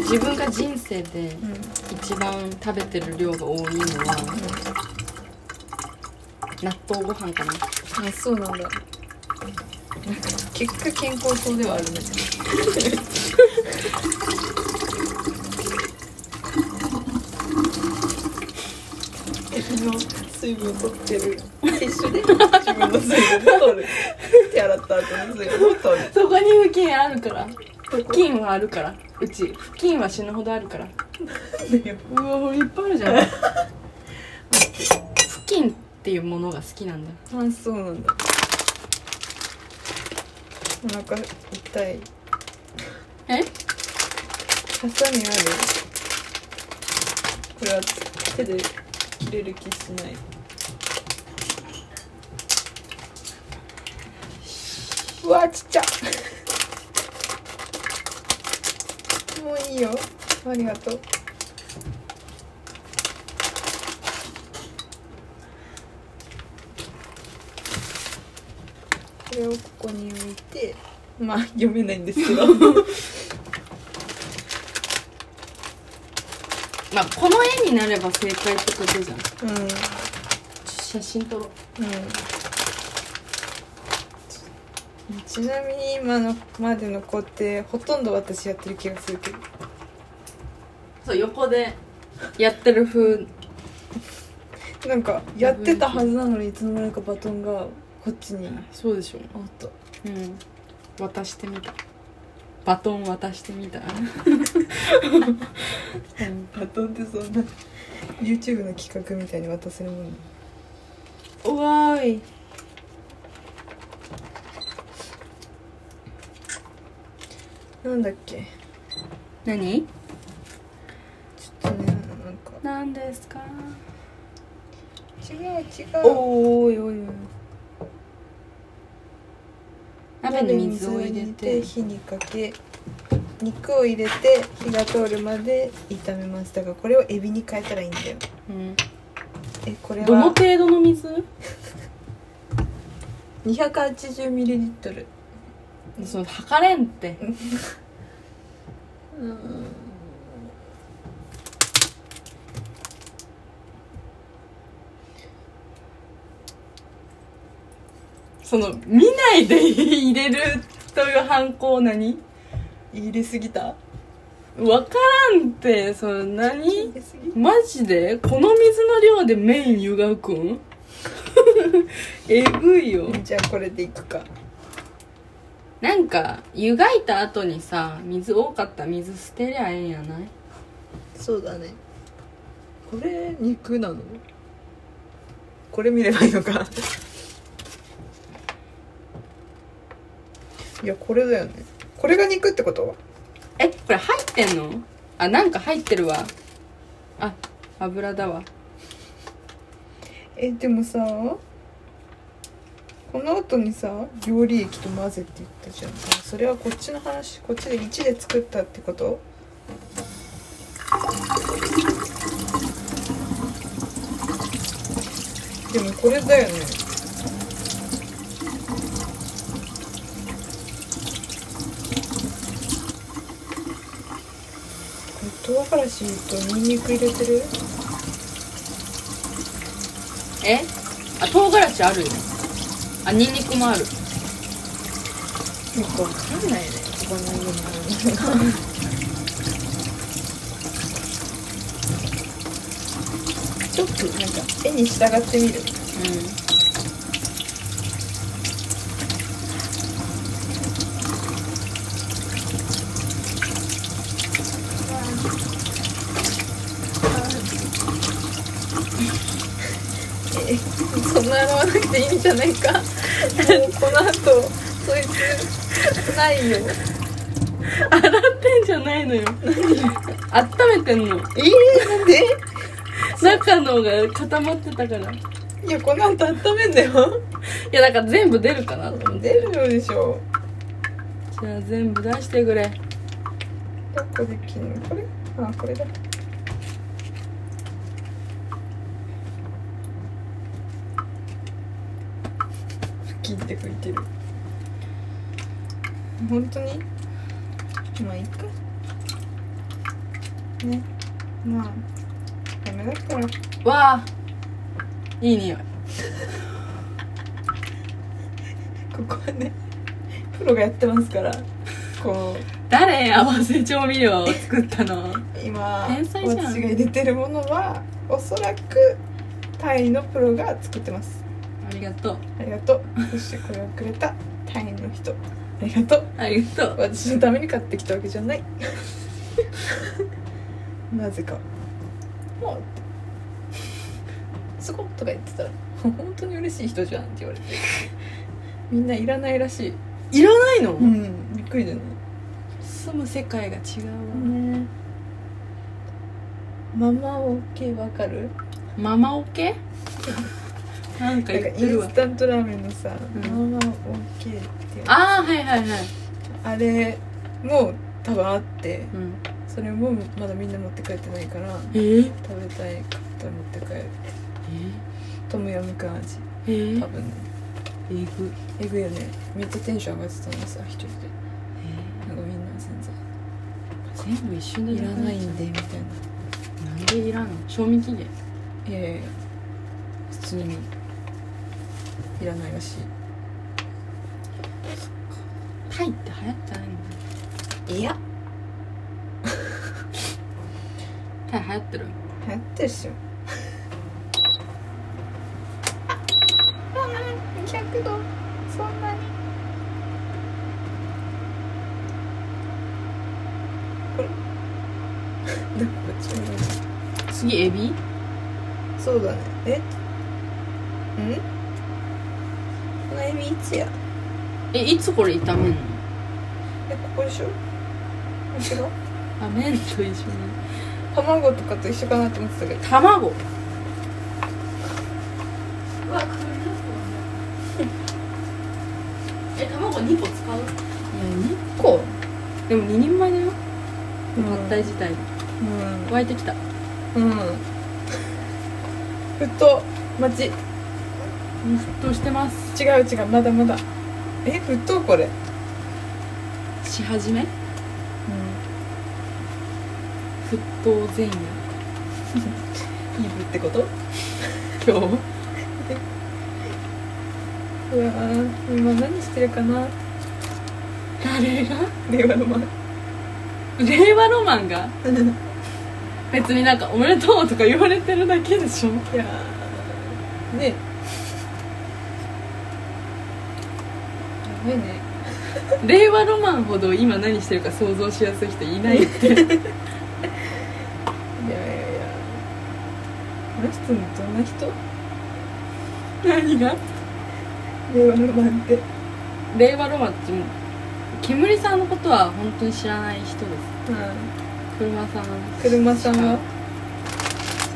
自分が人生で
うん
一番食べてる量が多いのは納豆ご飯かな
あそうなんだなんか結果健康そうではあるね昨日水分を取ってる一緒で自分の水分を取る手洗った後の水分を取る
そこに付近あるから付近はあるからうち付近は死ぬほどあるからうわもういっぱいあるじゃん [LAUGHS] 待って付近っていうものが好きなんだ
あそうなんだお腹痛い
え
ハサミあるこれは手で切れる気しないうんうわちっちゃもういいよありがとうこれをここに置いてまあ読めないんですけど
まあこの絵になれば正解ってことじゃん
うん
写真撮ろう
うんちなみに今のまでの工程ほとんど私やってる気がするけど
そう横でやってる風
なんかやってたはずなのにいつの間にかバトンがこっちに
そうでしょ
おっと
うん渡してみたバトン渡してみたうん
バトンってそんな YouTube の企画みたいに渡せるもの
おわーい
なんだっけ
何
ちょっとねなんか
何ですか
違う違う
おーいおいおい鍋に水を入れ
鍋に水を入
て
れ火にかけ肉を入れて火が通るまで炒めますだからこれをエビに変えたらいいんだよ
うん
えこれは
どの程度の水
280ミリリットル
その測れんって
うん
その見ないで入れるという犯行何
入れすぎた
わからんってその
入
何
れすぎ
マジでこの水の量で麺湯がくん [LAUGHS] えぐいよ
じゃあこれでいくか
なんか湯がいた後にさ水多かったら水捨てりゃええんやない
そうだねこれ肉なのこれ見ればいいのかいやこれだよねこれが肉ってこと
えこれ入ってんのあなんか入ってるわあ油だわ
えでもさこの後にさ料理液と混ぜって言ったじゃんそれはこっちの話こっちで1で作ったってことでもこれだよねこれ唐辛子とニンニク入れてる
えあ唐辛子あるよあニンニクもある
よくわかんないねここの家にあるのちょっとなんか絵に従ってみる
う
えそんな洗わなくていいんじゃないかもうこの後そいつないよ
ん洗ってんじゃないのよ温めてんの
えー、なんで
中のが固まってたからい
いやこの後温めんだよ
やだから全部出るかなと思って
出るよでしょ
じゃあ全部出してくれ
どこで切るのこれあこれだ切って拭いてる本当にまあいいかねまあダメだったら
わあいい匂い
ここはねプロがやってますからこう
誰合わせ調味料を作った [LAUGHS] の
今
天才じゃん
私が入れてるものはおそらくタイのプロが作ってます
ありがとう
ありがとうそしてこれをくれたタイの人ありがとう
ありがとう
私のために買ってきたわけじゃない [LAUGHS] なぜかもうすごっとか言ってたら本当に嬉しい人じゃんって言われてみんないらないらしい
いらないの、
んびっくりじゃない
住む世界が違うわ、
ねママオケわかる
ママオ [LAUGHS] ケなんか
なんか
言
イ
ってる
ン
わ
スタントラーメンのさ、
うん
ママオケっていうあ
ああはいはいはい、
れも多分あって
うん、
それもまだみんな持って帰ってないから
えー、
食べたいかったら持って帰
え
るトムヤムクン味
ー、えー
多、分ね
えぐ
えぐいよねめっちゃテンション上がってたのさ一人で
え
なんかみんな全
ー、
然
全部一緒で
いらないんでみたい
なんでいらんの賞味期限
ないやいやいや普通にいらないらしい
タイって流行ってないの
いや
タイ流行ってる
流行ってるっしょ200度そんなにこれなんかこっちも
次エビ
そうだねえんこのエビいつや
えいつこれ炒めんの
えここでしょ違う
あ麺と一緒に
卵とかと一緒かなと思ってたけど
卵
うわこれえ卵2個使う
何個でも2人前だよ合体自体
うん
湧いてきた
うん。ふっと待ち違
沸騰してます
う違うまだまだえふっとこれうん
し始め沸騰前夜
イブってことうわ
今日
ー今何してるかな
誰が
令和の [LAUGHS] マン
令和ロマンが別になんか「おめでとう」とか言われてるだけでしょ
いやーねやばいね
[LAUGHS] 令和ロマンほど今何してるか想像しやすい人いないって
いやいやいやこの人どんな人
[LAUGHS] 何が
令和のマンって
令和ロマンってもう煙さんのことは本当に知らない人です
うん
車さんです
車さんは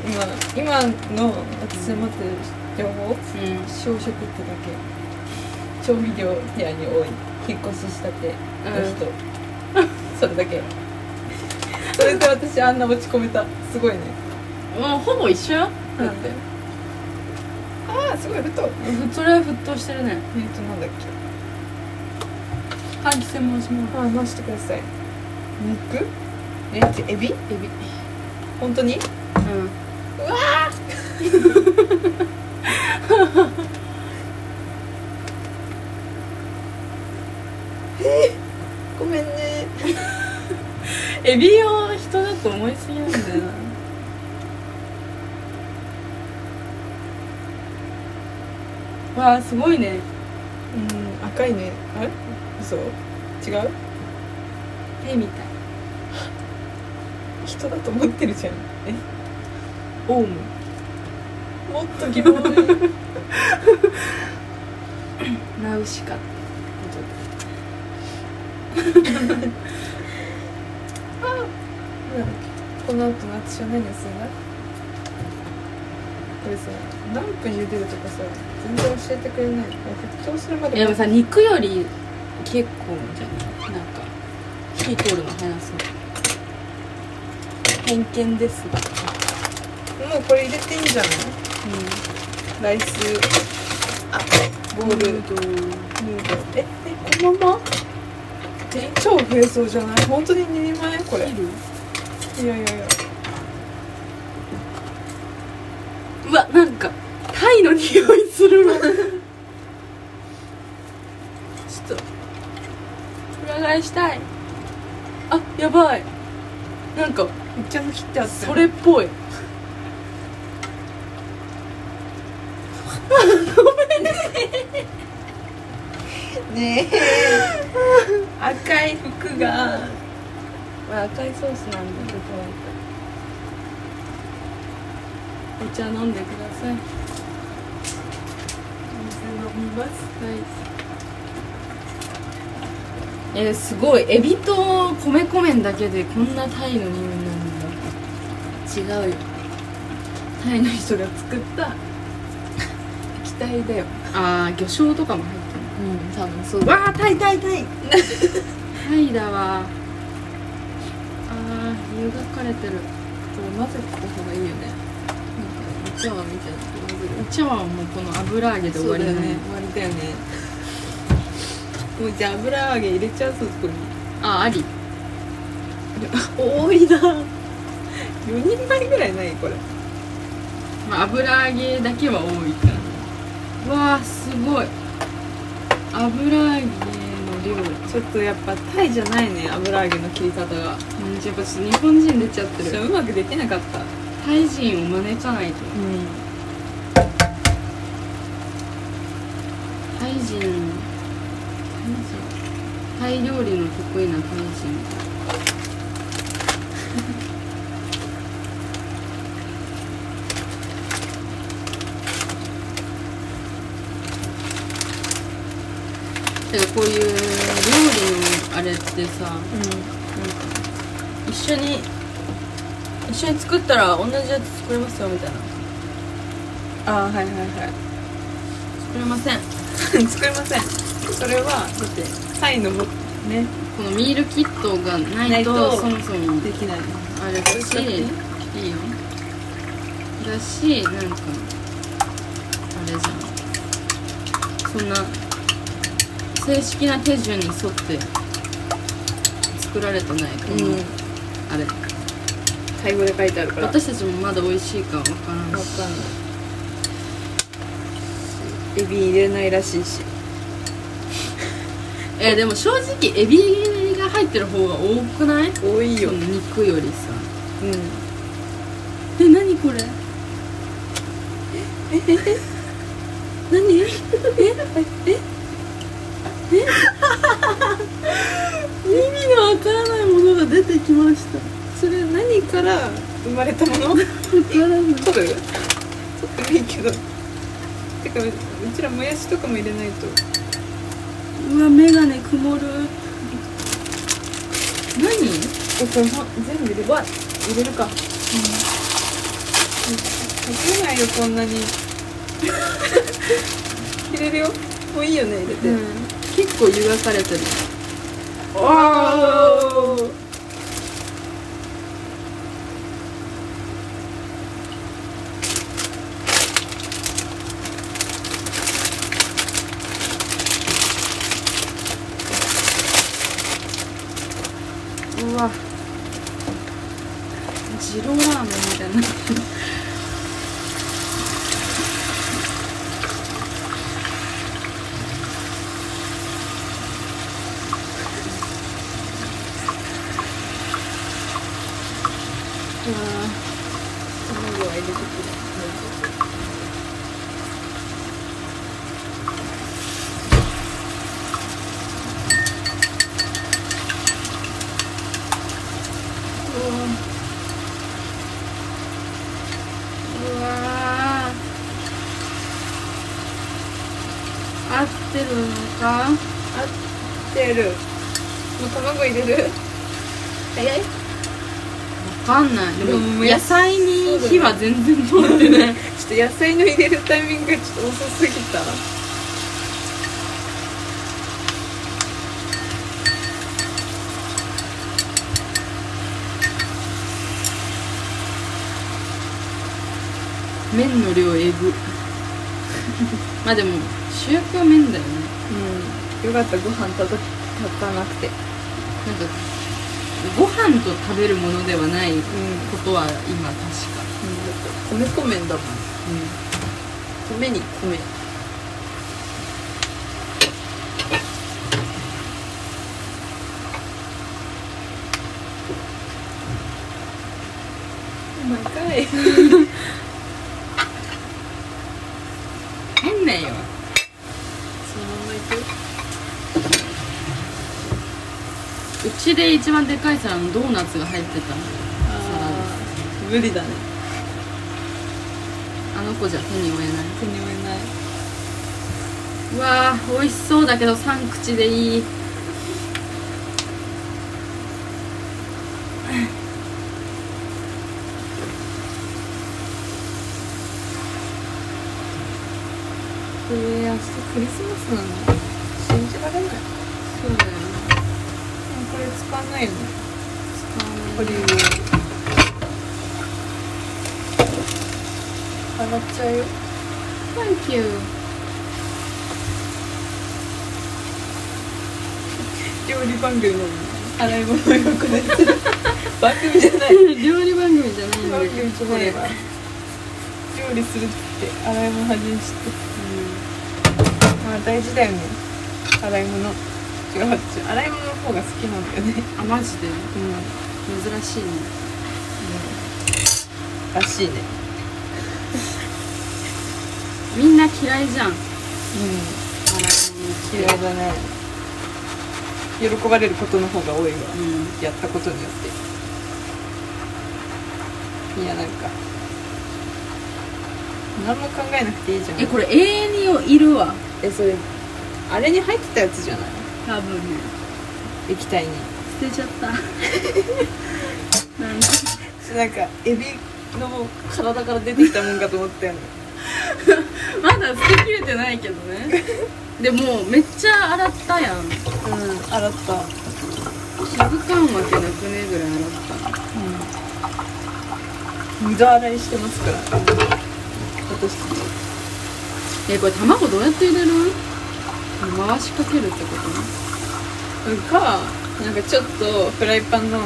今今の私の持ってる情報
うん
小食ってだけ調味料部屋に多い引っ越ししたての人、 [LAUGHS] それだけそれで私あんな落ち込めたすごいね
もうほぼ一緒よだって、
ああすごいルトえっ
それは沸騰してるね
となんだっけ
換気扇回しも
ああ回してください肉えちエビ
エビ
本当に
うん
ごめんね
エビを人だと思いすぎなんだよな [LAUGHS] わあすごいね
うん赤いねあれ嘘違う
手みたい
人だと思ってるじゃんえ
オウム
もっと疑問 [LAUGHS] で
ナウシカ
この後の私は何をするんだこれさ何分茹でるとかさ全然教えてくれないもう沸騰するま
いや
で
で
も
もさ肉より結構じゃないなんか火通るの早そう偏見ですが
うこれ入れていいんじゃないライスあボールヌードルええこのままえ超増えそうじゃない本当に2人前これいやいやいや
うんうわなんかタイの匂いするわ
ちょっと
裏返したいあやばいなんか
めっちゃ切ってあった
それっぽい
ねえ赤い服が
まあ、赤いソースなんだけどお茶飲んでください
水飲みます
えーすごいエビと米米だけでこんなタイの匂いになるんだ違うよタイの人が作った液体だよああ魚醤とかも入ってるうん多分そうわあタイタイタイタイだわああ湯がかれてるこれ混ぜてた方がいいよねなんかお茶碗みたいなの混ぜるお茶碗はもうこの油揚げで終
そう
わり
だ
だ
よ
ね
ね終わりだよねもうじゃあ油揚げ入れちゃうそこに
ああり
多いな4人前ぐらいないこれ
まあ、油揚げだけは多いからわあすごい油揚げの量うん
ちょっとやっぱタイじゃないね油揚げの切り方が
やっぱちょっと日本人出ちゃって
ちょ
る
っとうまくできなかった
タイ人を招かないと
うん
タイ人タイ人タイ料理の得意なタイ [LAUGHS] 人てかこういう料理のあれってさ一緒に一緒に作ったら同じやつ作れますよみたいな
ああはいはい [LAUGHS] は
作れません
い作れませんそれはだってタイのもね
このミールキットがな
ないい
と
と
そもそも
できない
あれだし
美味しかった
いい
ね
よだしなんかあれじゃんそんな正式な手順に沿って作られてないこの、
うん
あれ
タイ語で書いてあるか
私たちもまだ美味しいかわからんし
エビ入れないらしいし
えーでも正直エビが入ってる方が多くない
多い
そ
よ
の肉よりさ
うん
え何これ
何えええ
意味のわからないものが出てきました
それ何から生まれた [LAUGHS] もの取る取ってもいいけどてかうちらもやしとかも入れないと
うわ眼鏡曇る何
えこれも全部入れるわ入れるかうん [LAUGHS] 溶けないよこんなに入れるよもういいよね入れて、
結構湯がされてる
おお
うわ二郎ラーメンみたいになってるうわ
卵は入れてくる
うわー合ってるのか
入れるもう卵入れる早い
分かんないでも
うん
野菜に火は全然通ってない
[LAUGHS] ちょっと野菜の入れるタイミングがちょっと遅すぎた
麺の量え [LAUGHS] ぐまあでも主役は麺だよね
うんよかったご飯たた炊かなくて
なんかご飯と食べるものではないこ
うん、うん、だ
とは今確か、
って米粉麺だもん米に米うまいかい
うん、変ねよ
そのままいく
うちで一番でかい皿のドーナツが入ってた
あー無理だね
あの子じゃ手に負えない
手に負えないう
わあ美味しそうだけど3口でいい
これ明日クリスマスなの信じられない
そうだよ
これ使わないよね
使
保
わ
留
ない
を洗っちゃうよ
Thank you
料理番組なのに洗い物がなくなっちゃう番組じゃない
料理番組じゃないん
料
で
理
これは
料理するって洗い物始めちゃって、まあ大事だよね洗い物違う違う洗い物の方が好きなんだよね
あマジで
うん
珍しいね
らしいね
みんな嫌いじゃん
う
洗
ん嫌いだね喜ばれることの方が多いわ
い物うん
やったことによっていやなんか何も考えなくていいじゃん
えこれ永遠にいるわ
えそれあれに入ってたやつじゃない
多分ね
液体に
捨てちゃったなん
なんかエビの体から出てきたもんかと思ったよね
まだ捨てきれてないけどねでもめっちゃ洗ったやん
うん洗ったうん
気づかんわけなくねぐらい洗った
二度洗いしてますから私たち
えこれ卵どうやって入れる回しかけるってこと
かなんかちょっとフライパンの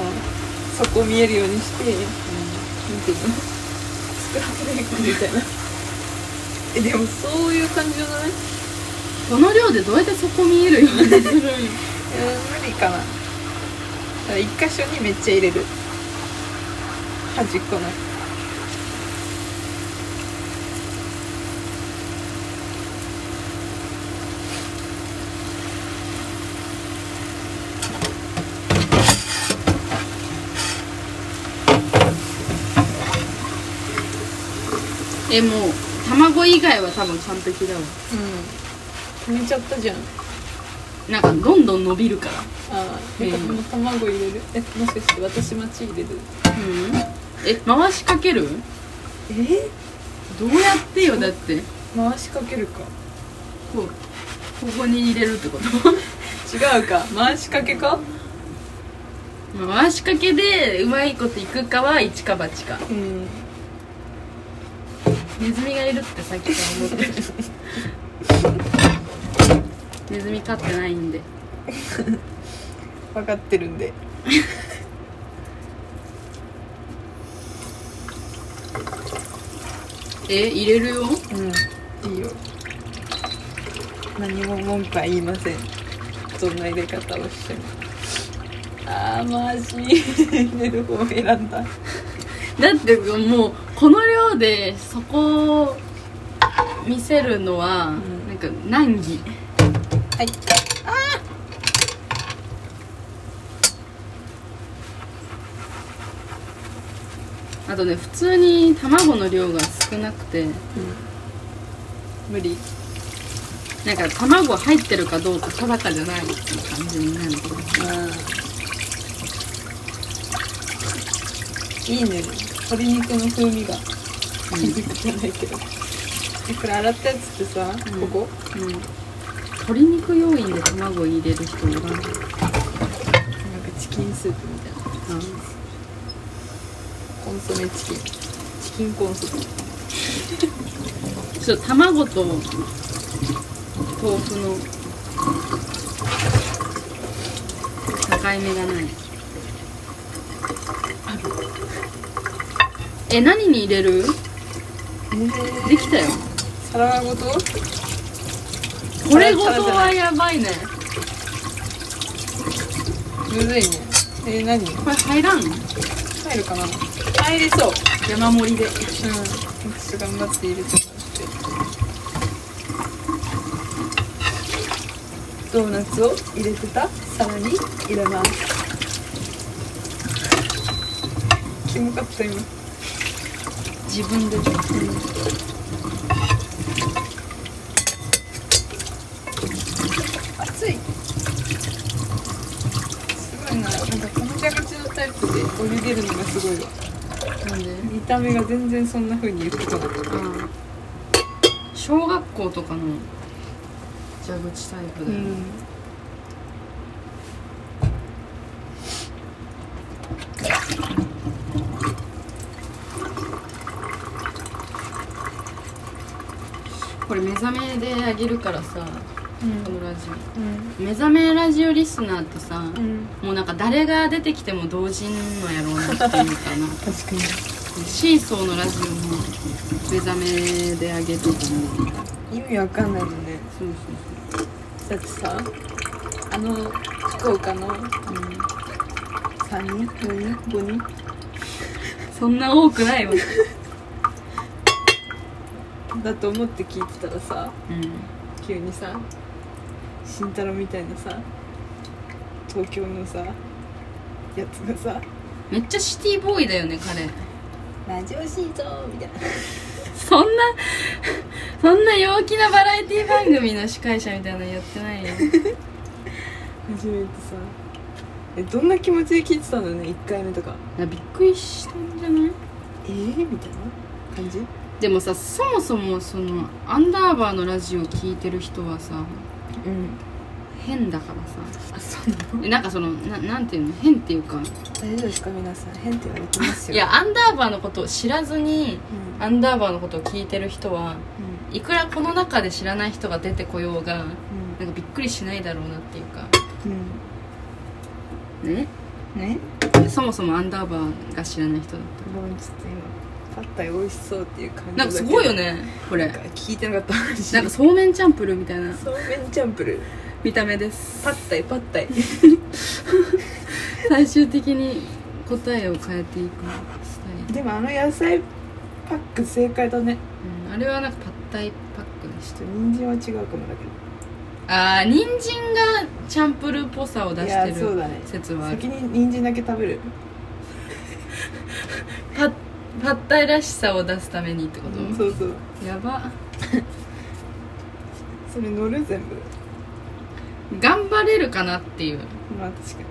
底見えるようにして、なんていうのスクラップベーコンみたいなえでもそういう感じじゃない
この量でどうやってそこ見えるようにするんや
うん無理かなだから一箇所にめっちゃ入れる端っこの
[LAUGHS] えもう卵以外は多分完璧だわ
うん決めちゃったじゃん
なんかどんどん伸びるから
ああで
うん
も卵入れるえもしかして私待ち入れる
うんえ回しかける
え
どうやってよだって
回しかけるか
こうここに入れるってこと違うか回しかけかま [LAUGHS] あ回しかけでうまいこといくかは一か八か
うん
ネズミがいるってさっきから思ってる [LAUGHS] ネズミ飼ってないんで
分かってるんで
え入れるよ
うんいいよ何も文句は言いませんどんな入れ方をしてもあーマジ [LAUGHS] 入れる方を選んだ
だってもうこの量でそこを見せるのは、
ん
なんか難儀
はい
あとね普通に卵の量が少なくて
無理
なんか卵入ってるかどうか定かじゃないっていう感じになるけど
いいね鶏肉の風味が鶏肉じゃないけどえこれ洗ったやつってさ、
うん
ここ
うん鶏肉要員で卵入れる人いらない
なんかチキンスープみたいなコンソメチキンチキンコンソメ
ちょっと卵と豆腐の境目がないえ何に入れるできたよ
皿ごと
これごとはやばいね
むずいねえ何
これ入らん
入るかな入りそう
山盛りで
うん、私頑張っていると思ってドーナツを入れてた皿に入れますキモかった今
自分で
熱いすごいななんかこの蛇口のタイプで泳げるのがすごいわ
なんで
見た目が全然そんな風に言ってこなかった
あ小学校とかの蛇口タイプ
う
で、
ん
これ目覚めであげるからさこのラジ
うん
オ目覚めラジオリスナーってさ、
うん
もうなんか誰が出てきても同時のやろうなっていうかな
確かに
シーソーのラジオも目覚めであげてたのそう
意味わかんないもんね
そう
だってさあの福岡の
そう、うん、
3人4人5人
そんな多くないわ、う
だと思って聞いてたらさ
ん、
急にさ慎太郎みたいなさ東京のさやつがさ
めっちゃシティボーイだよね彼
「ラジオシート」みたいな
そんなそんな陽気なバラエティ番組の司会者みたいなのやってないよ
初めてさえどんな気持ちで聞いてたのね1回目とか
なびっくりしたんじゃない
えー、みたいな感じ
でもさそもそもそのアンダーバーのラジオ聞いてる人はさ
うん
変だからさ
あそうなの
えなんかそのななんていうの変っていうか
大丈夫ですか皆さん変って言われてます
い
よ
やアンダーバーのことを知らずに
うん
アンダーバーのことを聞いてる人は
うん
いくらこの中で知らない人が出てこようがなんかびっくりしないだろうなっていうか
うん
ね
うんね
そもそもアンダーバーが知らない人だった
ごめんちょっと今パッタイ美味しそうっていう感じ
なんかすごいよねこれ
なんか聞いてなかった話
なんかそうめんチャンプルみたいな
そうめんチャンプル
見た目です
パッタイパッタイ
最終的に答えを変えていくスタイル
[LAUGHS] でもあの野菜パック正解だね
うんあれはなんかパッタイパックでし
ちょっと人参は違うかもだけど
たあー人参がチャンプルーっぽさを出して
いやそう
る
だね
説はある
先に人参だけ食べる
パパッタイらしさを出すためにってこと、
そうそう
やば
それ乗る全部
頑張れるかなっていう
まあ確かに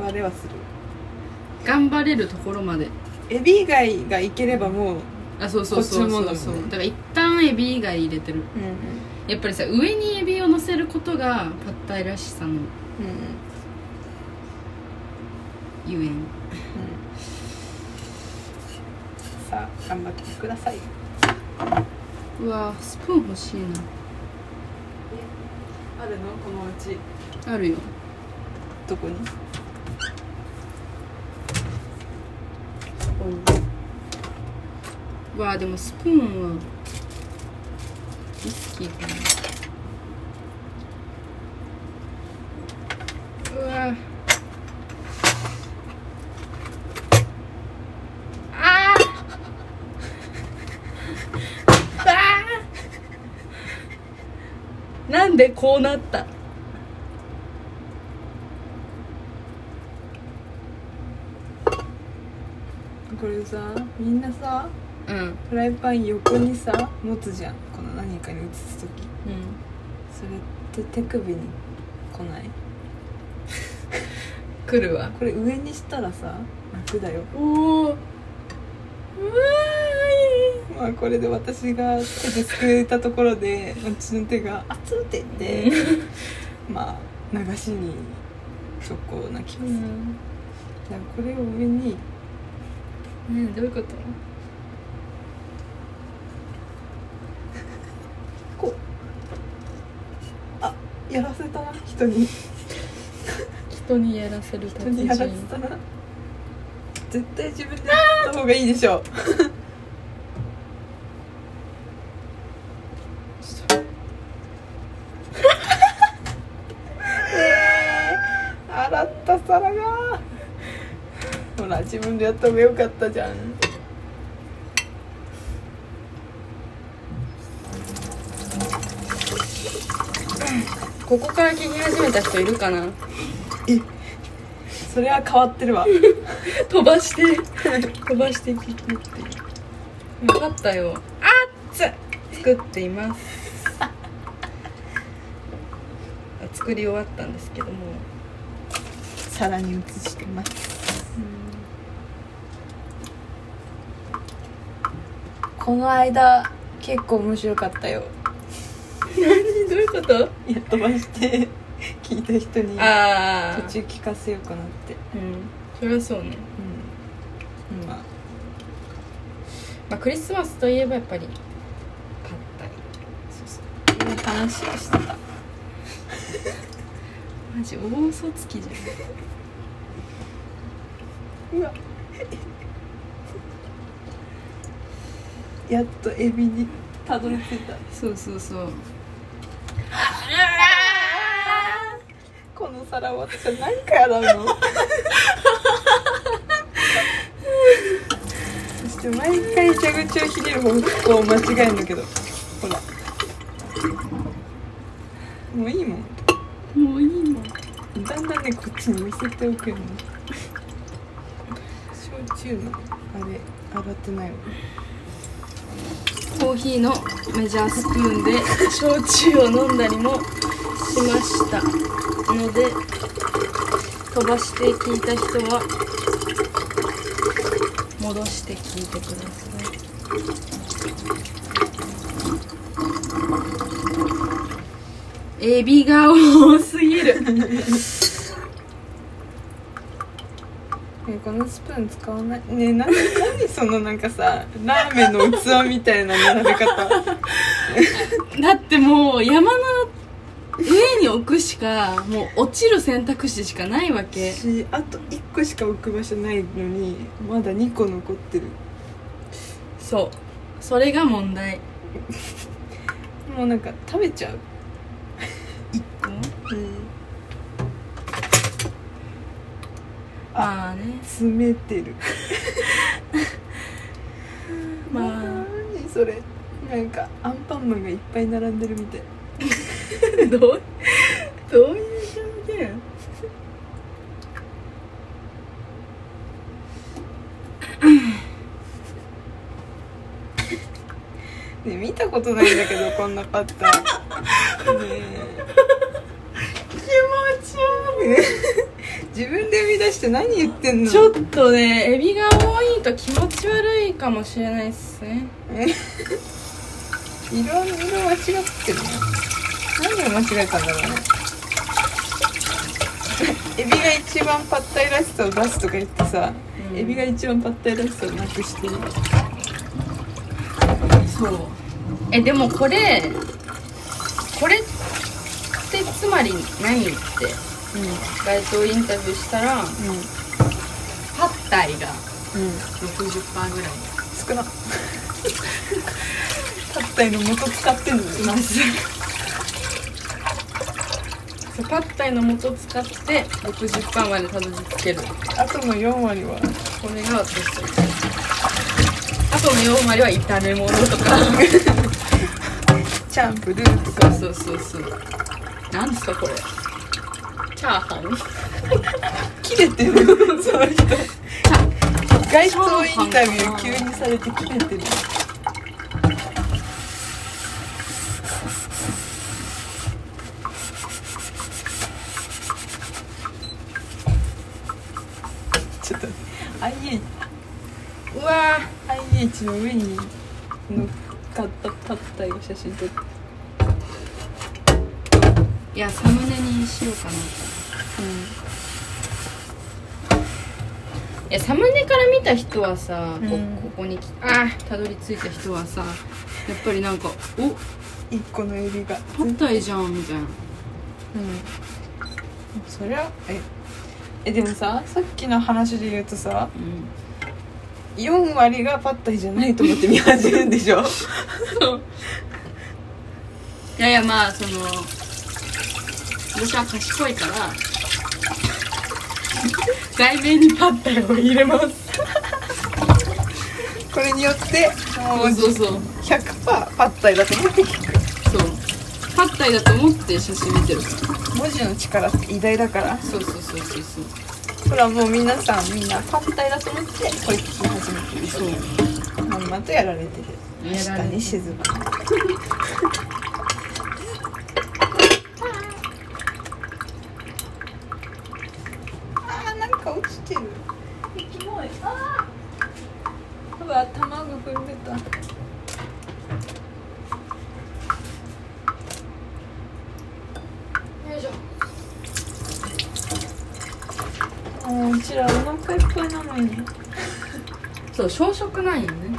頑張れはする
頑張れるところまで
エビ以外がいければもう
あそうそうそう
こっちのも
そ
んだ
う
も
そ
んね
うだから一旦エビ以外入れてる
うん
やっぱりさ上にエビを乗せることがパッタイらしさの
うん
ゆえん
さあ頑張ってくださいう
わスプーン欲しい
あるのこのうち
なあるよ
どこに
うわでもスプーンはウイスキーかなうわあーあーなんでこうなった
これさみんなさ
うんうん
フライパン横にさ持つじゃんこの何かに移す時それって手首に来ない
来るわ
これ上にしたらさ楽だよ
おお
まあこれで私が手ですくったところで私の手が「熱っ!」って言ってまあ流しに直行な気がする、だからこれを上に
ねえどういうこと
こうあやらせたな人に
人にやらせる
人
達
にやらせ
人
たな絶対自分でやった方がいいでしょう洗った皿がほら自分でやった方がよかったじゃん
ここから聞き始めた人いるかな
それは変わってるわ
飛ばして飛ばして聞くっていう分かったよあっつ作っています作り終わったんですけども
皿に移してますこの間結構面白かったよ
どういうこと
やっ飛ばして聞いた人に
ああ
途中聞かせようかなって
うんそりゃそうね、
うんまあ
まあ、クリスマスといえばやっぱりパッタイ
みんな楽しくしてた
マジ大嘘つきじ
うわやっとエビにたどり着いた
ゃんそうそうそう
この皿を私は何回洗うのそして毎回蛇口をひねる方向を間違えるんだけどほらもういいもん
もういいもん
だんだんねこっちに寄せておくの焼酎のあれ洗ってないわ
コーヒーのメジャースプーンで焼酎を飲んだりもしましたので飛ばして聞いた人は戻して聞いてくださいエビが多すぎる
ねこのスプーン使わないねえ何何そのなんかさラーメンの器みたいな並べ方
だってもう山の上に置くしかもう落ちる選択肢しかないわけ
しあと1個しか置く場所ないのにまだ2個残ってる
そうそれが問題
もうなんか食べちゃううん
まあね
詰めてる
まあ
[LAUGHS] 何それなんかアンパンマンがいっぱい並んでるみたい
[LAUGHS] どうどういう表現
ねえ見たことないんだけどこんなパッタンねえ気持ち悪い自分で生み出して何言ってんの
ちょっとねエビが多いと気持ち悪いかもしれないっすね
え色色間違ってるな
で間違えたんだろうね
エビが一番パッタイらしさを出すとか言って
う
さ、
ん
エビが一番パッタイらしさをなくしてる
そう
えでもこれこれってつまり何って街頭インタビューしたら
うんうん
パッタイが
うん
60%ぐらい
少なパッタイの元使ってんのよ
そうパッタイの元使って60%までたどり着ける
あとの4割は
これが私たちあとの4割は炒め物とか
チャンプルーとか
そうそうそうなんですかこれチャーハン
切れてるその人街頭インタビュー急にされて切れてるちょっと IH
うわ
IH の上に乗っかったパッタイを写真撮って
ーいやサムネにしようかなといやサムネから見た人はさ、こ
うん
ここにきあーたどり着いた人はさやっぱりなんか「お
一個のエビが
パッタイじゃん」みたいな
うんそりゃええでもささっきの話で言うとさ
うん
4割がパッタイじゃないと思って見始めるんでしょ
いやいやまあその私は賢いから題名にパッタイを入れます
これによってもう
そうそうそう
100%パッタイだと思って
そうパッタイだと思って写真見てるから
文字の力って偉大だから
そうそうそうそうそう
ほらもう皆さんみんなパッタイだと思ってこれ聞き始めてる
そう
まんまとやられてる
やられ
確か
てる
に静かあーなんか落ちてるキモいあーうわ卵踏んでたもううちらお腹いっぱいなのに
そう小食なんよね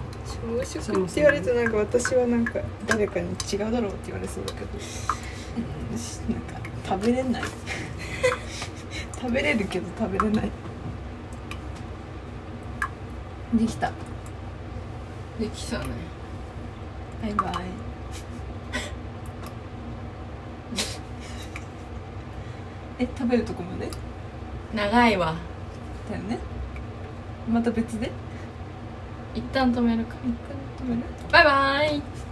朝食って言われてなんか私はなんか誰かに違うだろうって言われそうだけどうんしなんか食べれない食べれるけど食べれないできた
できたね
バイバイえ食べるとこまで
長いわ
だよねまた別で
一旦止めるか
一回止める
バイバイ